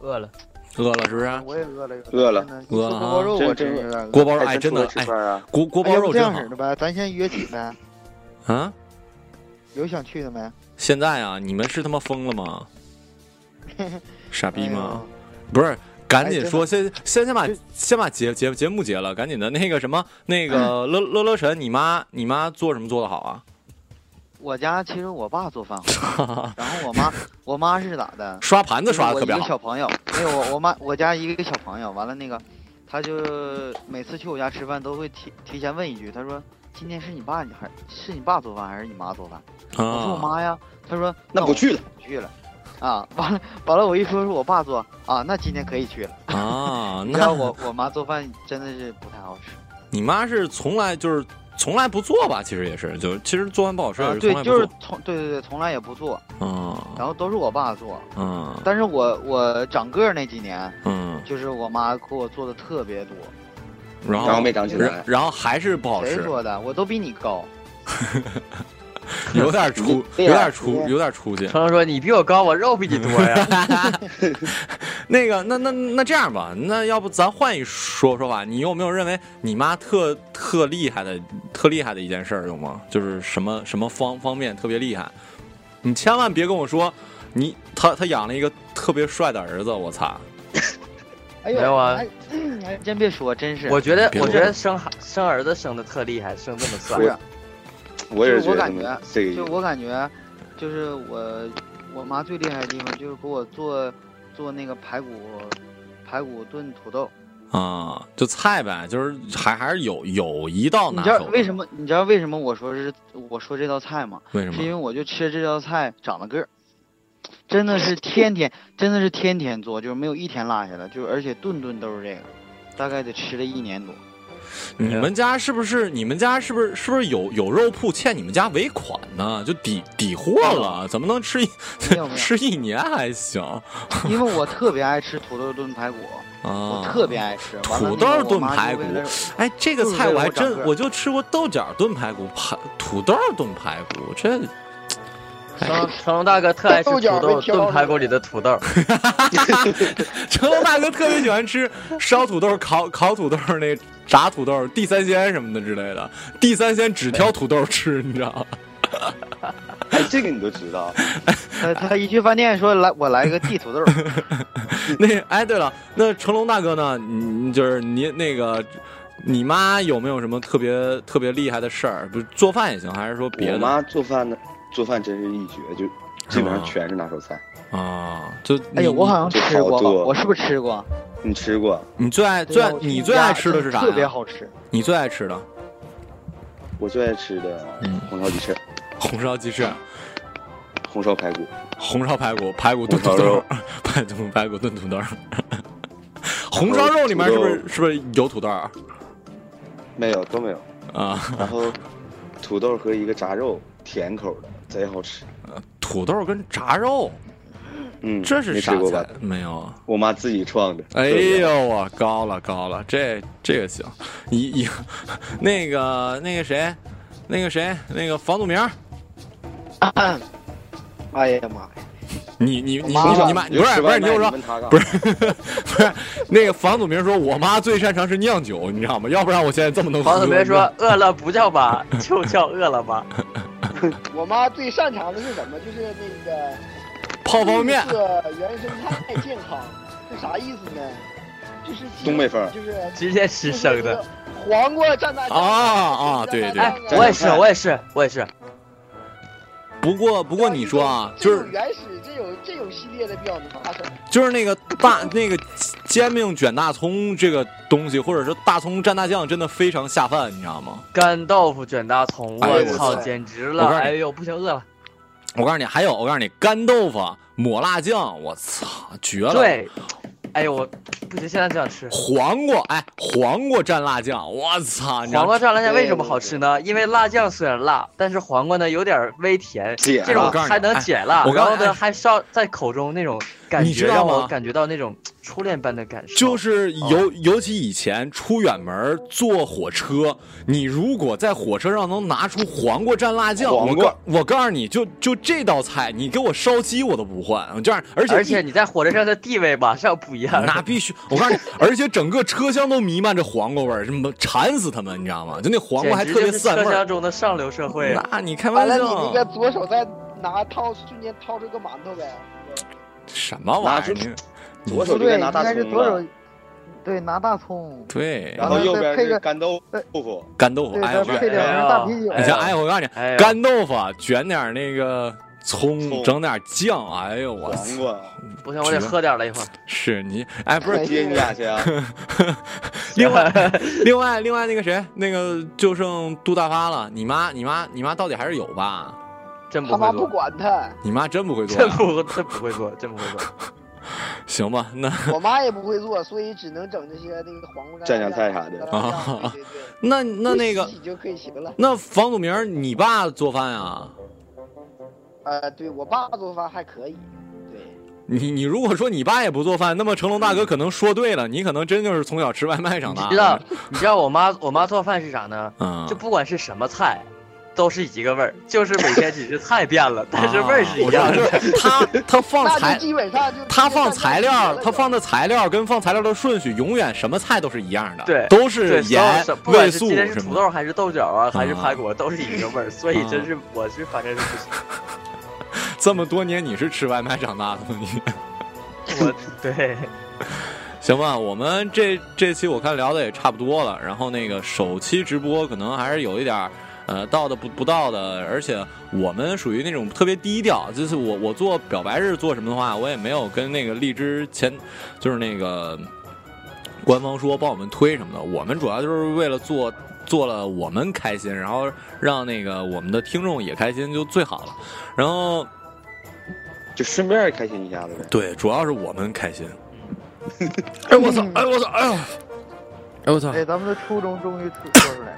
饿了，
饿了是不是？
我也饿了，有点
饿了
真的
饿了
锅
啊
包肉我
真
真
真
有点饿
锅包肉，哎，
哎真
真的，
出来
哎
吃，饭啊！
锅锅包
哎要
肉
不这
真
样
好
式的呗，咱先约起呗，
啊。
有想去的没？
现在啊，你们是他妈疯了 吗？傻逼吗？
哎呦？
不是，赶
哎真
紧
的
说，先先先把先把节节节目结了，赶紧的那个什么那 个乐乐乐神，你妈你妈做什么做的好啊？
我家其实我爸做饭好，然后我 妈，我妈是咋的？
刷盘子刷的
我
特别
一个小
好，
朋友，没有我我妈我家一个小朋友，完了那个，他就每次去我家吃饭都会提提前问一句，他说今天是你爸你还是你爸做饭还是你妈做饭？我说我
啊，
妈呀，他说
那不
我
去了，
不去了，啊，完了完了我一说是我爸做啊，那今天可以去了。
啊，
你知
那
道我我妈做饭真的是不太好吃，
你妈是从来就是从来不做吧？其实也是，就其实做饭不好吃，也
啊
是从
对
来，不
就是
做，
从对对对，从来也不做，然
嗯
后都是我爸做。
嗯
但是我我长个儿那几年，
嗯，
就是我妈给我做的特别多。
然
然后
后
没长起来
然。然后还是不好
谁
吃，
说的？我都比你高。
有点 出有
对呀
点出有点 出息。
程程说：“你比我高，我肉比你多 呀。
那个，那那那这样吧，那要不咱换一说说法，你有没有认为你妈特特厉害的、特厉害的一件事儿有吗？就是什么什么方方面特别厉害？你千万别跟我说你她她养了一个特别帅的儿子，我操！
哎
没有啊
哎你还真别说，真是。”
我觉得，
别
我
说
觉
了
得生孩生儿子生的特厉害，生这么帅
不。是，
我也是
就
觉
我
得
感觉
这个意
就
思。
我感觉，就是我我妈最厉害的地方就是给我做做那个排骨排骨炖土豆。
啊、就菜呗，就是还还是有有一道
你
拿
知道
手的，啊
为什么？你知道为什么我说是我说这道菜吗？
为什
是因为
么？
我就吃这道菜长了个儿，真的是天天真的是天天做，就是没有一天落下的，就是而且顿顿都是这个，大概得吃了一年多。
你们家是不是你们家是不是是不是有有肉铺欠你们家尾款呢？就抵抵货
嗯
了，怎么能吃一吃一年还行？
因为我特别爱吃土豆炖排骨，
啊，
我特别爱吃完了
土豆炖
那个我妈
排
就
骨
为了。
哎，这个
就是
菜
为
我
了
还
我长
真
个儿
我就吃过豆角炖排骨，排土豆炖排骨，这
成成龙大哥特爱吃土豆炖排骨里的土 豆，
成龙大哥特别喜欢吃烧土豆、烤 烤土豆、那炸土豆、地三鲜什么的之类的。地三鲜只挑土豆吃，你知道吗？
哎，这个你都知道。
他他一去饭店说来我来一个地土 豆，
那哎，对了，那成龙大哥呢？你就是你那个，你妈有没有什么特别特别厉害的事儿？不是做饭也行，还是说别
我
的
妈做饭呢，做饭真是一绝，就基本上全是拿手菜。
啊？就
哎呦，
你
我好像
就
吃过
烤
吧？
做
我是不是吃过？
你吃过？
你最爱
对啊
最爱
我
你
我
最爱
家
吃的是啥呀？
特别好吃，
你最爱吃的嗯
我最爱吃的红烧鸡翅、
红烧鸡翅、
红烧排骨。
红烧排骨、排骨炖土
红烧
豆
肉、
排骨排骨炖土豆。 红烧肉里面是不是是不是有土豆儿
没有，都没有。然
啊？
后土豆和一个炸肉，甜口的，贼好吃。
呃土豆跟炸肉，
嗯，
这是
没
啥
吃过吧
菜？？没有啊。
我妈自己创的。
哎
特别
呦
好，
我高了高了，这这个行，一一那个那个谁，那个谁，那个房祖名儿，
哎呀妈呀！
你你你
妈
你
妈
你妈
你
不是
吃
不是
外
你
卖
听我说
你问她干，嘛
不是不是 那个房祖名说，我妈最擅长是酿酒，你知道吗？要不然我现在这么能喝。
黄子明 说饿了不叫妈， 就叫饿了妈。
我妈最擅长的是什么？就是那个
泡方便
绿色原生态健康，这啥意思呢？就是
东北风
就是
直接吃生的。
黄瓜蘸大
啊啊，对对。
哎，我也是，我也是，我也是。
不过不过你说啊，
这
就
种
是
原始，这种这种系列的比较拿手。
就是那个大 那个煎饼卷大葱这个东西，或者是大葱蘸大酱，真的非常下饭，你知道吗？
干豆腐卷大葱，
哎
我
呦
操，
我操
简直
我
了！
告诉你
哎呦，不行，饿了。
我告诉你，还有我告诉你，干豆腐抹辣酱，我操，绝了！
对，哎呦，我不行，现在就想吃。
黄瓜，哎，黄瓜蘸辣酱，我操！你知道
黄瓜蘸辣酱为什么好吃呢？因为辣酱虽然辣，但是黄瓜呢有点微甜，
解辣
这种还能解辣，
我告
然
诉你
后呢
哎
还烧在口中那种感
你知
觉，
道
让
吗
我感觉到那种初恋般的感受。
就是尤、尤其以前出远门儿坐火车，你如果在火车上能拿出黄瓜蘸辣酱，
黄
我
瓜
告我告诉你就就这道菜，你给我烧鸡我都不换，我这样，而且
而且你在火车上的地位马上不一样
那
了。
必须，我告诉你，而且整个车厢都弥漫着黄瓜味儿，什么馋死他们，你知道吗？就那黄瓜还特别
简直就是
散味
车
儿
厢。中的上流社会，
那你开
完
玩
了，
笑？
你那个左手再拿掏，瞬间掏出个馒头呗。
什么玩意儿？
拿出
你
左手
不
就该
对，
拿
应
大
该是
葱啊
左
了
手，，对，拿大葱，
对
然后右边
配
是
个
干豆腐。
干豆腐，
对，
哎，
再
我告诉
配
你，
两瓶大啤酒。
你像哎，我告诉你
哎，呦
干豆腐啊卷点儿那个葱，
葱
整点儿酱，哎呦我
黄
操！
瓜，
不行，我得喝点了一会儿。
是你哎，不
我
是
接你俩去啊！
另外另外另外那个谁，那个就剩杜大发了，你妈你妈你妈到底还是有吧？
真不
他妈
会
不
做，
管他，
你妈真不会做
真
呀，
不真不会做，真不会 做。
行吧？那
我妈也不会做，所以只能整这些那个黄瓜
蘸酱菜啥的
啊，对对对
那那那个
洗洗就可以行了。
那房祖名儿，你爸做饭啊？
呃，对我爸做饭还可以，对，
你你如果说你爸也不做饭，那么成龙大哥可能说对了，你可能真就是从小吃外卖长大
你知
的。
道，你知道我妈我妈做饭是啥呢？
嗯
就不管是什么菜，都是一个味儿，就是每天只是菜变了，但是味儿是一
啊我知道
样的。
就是他他放
那
材
就基本上就
他放材料，他放
的
的材料跟放材料的顺序永远什么菜都是一样的，
对，
都
对
是
所有
盐
什、不
味
管是
素
今天是
什
土
么的。嗯
豆还是豆角啊，还是排骨，都是一个味儿，所以真是我是反正是不行。
这么多年你是吃外卖长大的吗？你
我对，。
行吧，我们这这期我看聊的也差不多了，然后那个首期直播可能还是有一点儿。呃，到的不不到的，而且我们属于那种特别低调，就是我我做表白日做什么的话，我也没有跟那个荔枝前，就是那个官方说帮我们推什么的，我们主要就是为了做做了我们开心，然后让那个我们的听众也开心就最好了。然后
就顺便开心一下子呗。
对，主要是我们开心。哎我操！哎我操！哎呦！哎我操，
哎，咱们的初衷终于说出来了。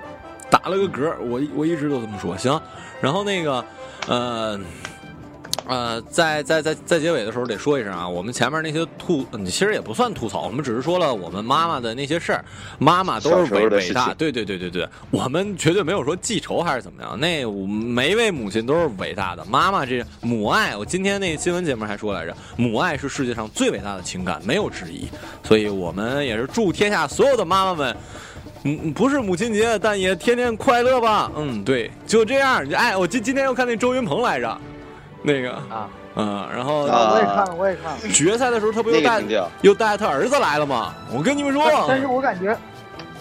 打了个嗝，我我一直都这么说。行，然后那个，呃，呃，在在在在结尾的时候得说一声啊，我们前面那些吐，嗯其实也不算吐槽，我们只是说了我们妈妈的那些事儿，妈妈都
小
是
时候
伟
的
伟
事
大，
情
对对对对对，我们绝对没有说记仇还是怎么样，那我们每位母亲都是伟大的，妈妈这母爱，我今天那新闻节目还说来着，母爱是世界上最伟大的情感，没有之一，所以我们也是祝天下所有的妈妈们。嗯，不是母亲节，但也天天快乐吧。嗯，对，就这样。哎，我今今天又看那周云鹏来着，那个啊，嗯，然后
啊
我也看了，我也看了。
决赛的时候，他不又带又带他儿子来了吗？我跟你们说，
但但是我感觉，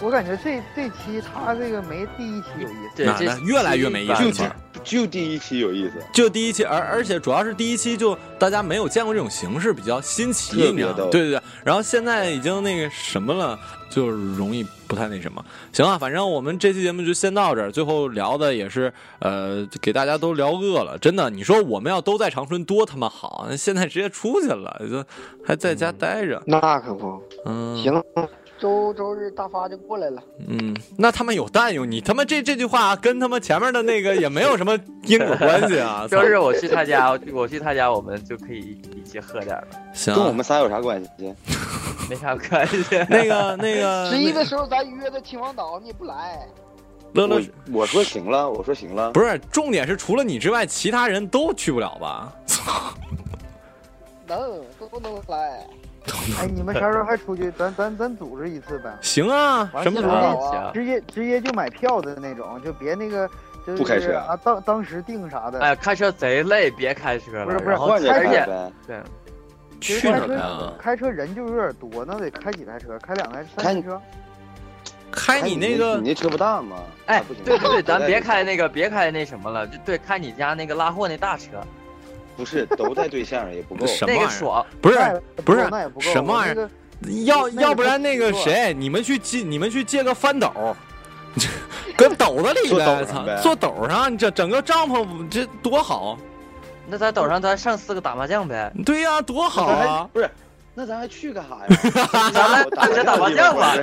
我感觉这这期他这个没第一期有意思。
哪呢越来越没意思
就
了。
就第一期 有意思，
就第一期，而而且主要是第一期就大家没有见过这种形式，比较新奇，
特别
你知道吗
逗
对对对。然后现在已经那个什么了，就容易不太那什么。行啊，反正我们这期节目就先到这儿。最后聊的也是呃，给大家都聊饿了，真的。你说我们要都在长春多他妈好，现在直接出去了，就还在
嗯
家待着。
那可不，
嗯，
行，
周周日大发就过来了，
嗯，那他妈有蛋有你他妈这这句话跟他妈前面的那个也没有什么因果关系啊
周日我去他家，我我去他家，我们就可以一起喝点了，
行啊
跟我们仨有啥关系？
没啥关系。
那个呃 那个
十一的时候咱约的秦皇岛，你也不来，
乐乐
我，我说行了，我说行了，
不是，重点是除了你之外，其他人都去不了吧？
能都能来。
哎，你们啥时候还出去？咱咱咱组织一次呗。
行啊，
完
什
了
么
直
时
接
候？
直接直接就买票的那种，就别那个，就是
啊不开车
啊，当当时定啥的。
哎呀，开车贼累，别开车了。
不是不是
然后
换着
而
开
且
呗
对，
其实
去哪
开
儿啊
车
呀
开车人就有点多，那得开几台车？开两台、三台车？
开你那个
你那车不大吗？
哎
啊不行，
对对对，咱别
开。
开那个，别开那什么了，就对，开你家那个拉货那大车，
不是都带对象也不够，
什么
那
玩
个
意儿？
爽。
不是
那也
不是
那也不够
什么玩意
我
儿？
那
要
个
要不然那个
不错
谁，你们去借你们去借个翻斗， 搁斗子里
坐斗
呗，
上
操，
呗
坐斗上，你这整个帐篷这多好？
那咱岛上咱上四个打麻将呗，
对呀，多好啊！
不是，那咱还去干啥 呀？
咱们咱打麻将吧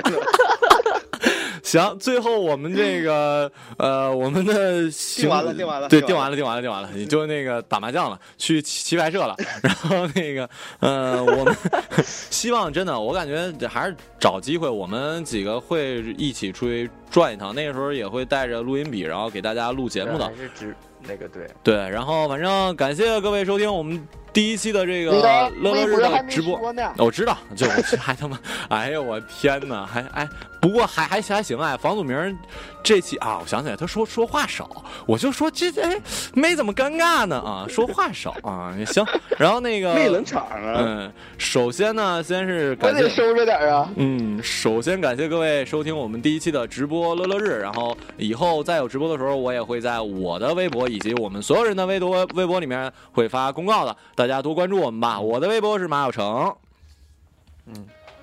行，最后我们 这个呃，我们的行
定完了定完了
对，定
定
完
完
了，定完了，定完了，你就那个打麻将了，去棋棋牌社了，然后那 个呃，我们 希望真的，我感觉还是找机会，我们几个会一起出去转一趟，那个时候也会带着录音笔，然后给大家录节目的
还。是指那个对。
对，然后反正感谢各位收听我们第一期的这个
那个
啊乐乐
微
日
博还
的
没
直播。
说呢，
哦我知道，就还他妈，哎呦我天哪，还哎，不过还还还行哎，房祖名这期啊，我想起来他说说话少，我就说这哎没怎么尴尬呢啊，说话少啊也行，然后那个
没冷场啊，
嗯，首先呢，先是
我
感
得
谢。
收着点啊。
嗯，首先感谢各位嗯收听我们第一期的直播乐乐日，然后以后再有直播的时候，我也会在我的微博以及我们所有人的微博微博里面会发公告的，大家多关注我们吧。我的微博是马小成，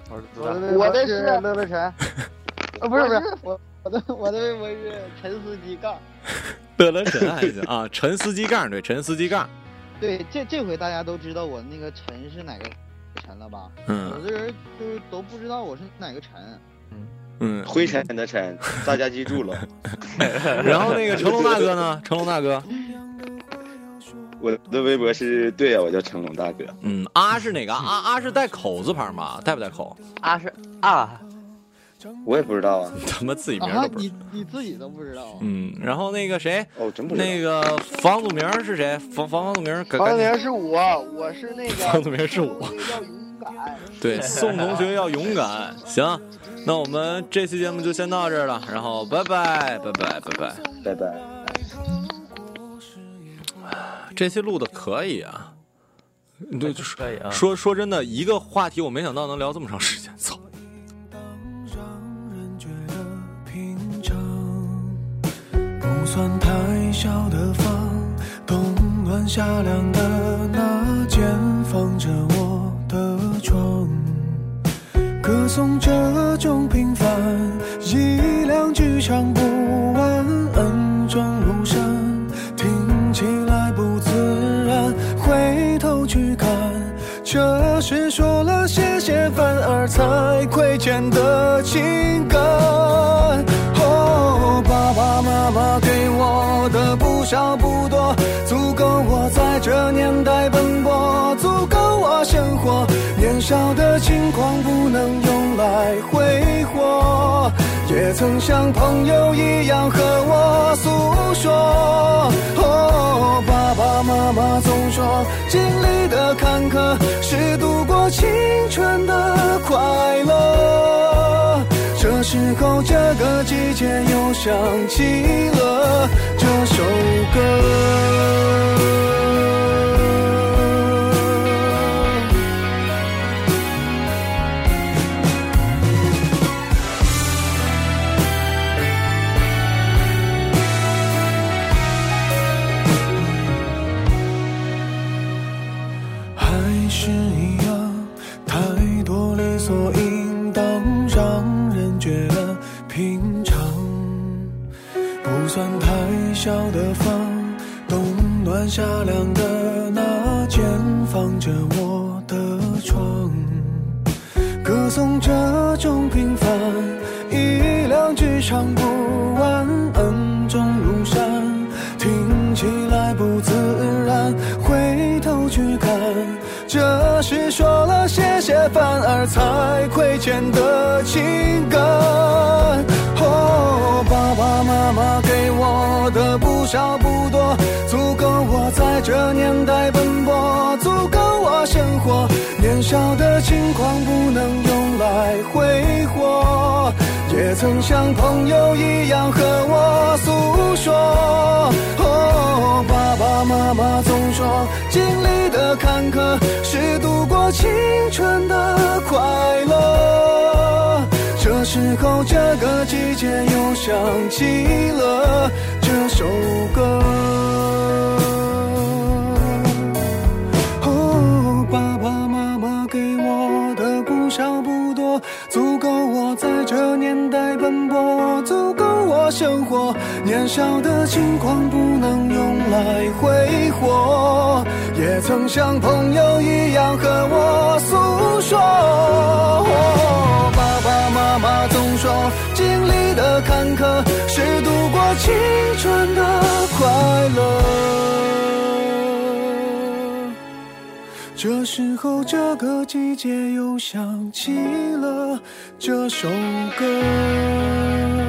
我知道。
我
我的
是
是
乐乐晨，啊不是不是，
我我的我的微博是陈司机杠。
乐乐神还行啊，陈司机杠对，陈司机杠，
对，这这回大家都知道我那个陈是哪个陈了吧？有
嗯
的人就是都不知道我是哪个陈。
嗯。
灰尘的尘，大家记住了，
然后那个成龙大哥呢？成龙大哥，
我的微博是对啊，我叫成龙大哥，
嗯，啊是哪个啊？啊啊是带口字旁吧？带不带口？
啊是啊，
我也不知道啊，
他妈自己名儿
啊
都，不知道。
你你自己都不知道啊？
嗯，然后那个谁，
哦，真不知道。
那个房祖名是谁？房房房祖名，赶
王
赶
祖
紧
名是我，我是那个。
房祖名是我
要勇敢。
对，宋同学要勇敢。行，那我们这期节目就先到这儿了，然后拜拜拜拜拜拜。
拜拜。
这期录的可以啊，对，就是
可以啊
说说真的，一个话题我没想到能聊这么长时间，操！
不算太小的房，冬暖夏凉的那间放着我的床，歌颂这种平凡，一两句唱不完，恩重如山，听起来不自然，回头去看。这是说了谢谢，反而才亏欠的情感。
哦少不多，足够我在这年代奔波，足够我生活。年少的轻狂不能用来挥霍，也曾像朋友一样和我诉说。哦，爸爸妈妈总说，经历的坎坷是度过青春的快乐。这时候，这个季节又想起了这首歌。还是一样，太多理所应当，让人觉得平常。不算太小的房，冬暖夏凉的那间放着我的床，歌颂这种平凡，一两句唱不完，恩重如山。听起来不自然，回头去看，这是说了谢谢反而才亏欠的情感。哦，爸爸妈妈给我的不少不多，足够我在这年代奔波，足够我生活。年少的轻狂不能用来挥霍，也曾像朋友一样和我诉说。哦，爸爸妈妈总说，经历的坎坷是度过青春的快乐。这时候，这个季节又想起了这首歌。哦，爸爸妈妈给我的不少不多，足够我在这年代奔波，足够我生活。年少的轻狂不能用来挥霍，也曾像朋友一样和我诉说。哦爸爸妈妈总说，经历的坎坷是度过青春的快乐。这时候，这个季节又想起了这首歌。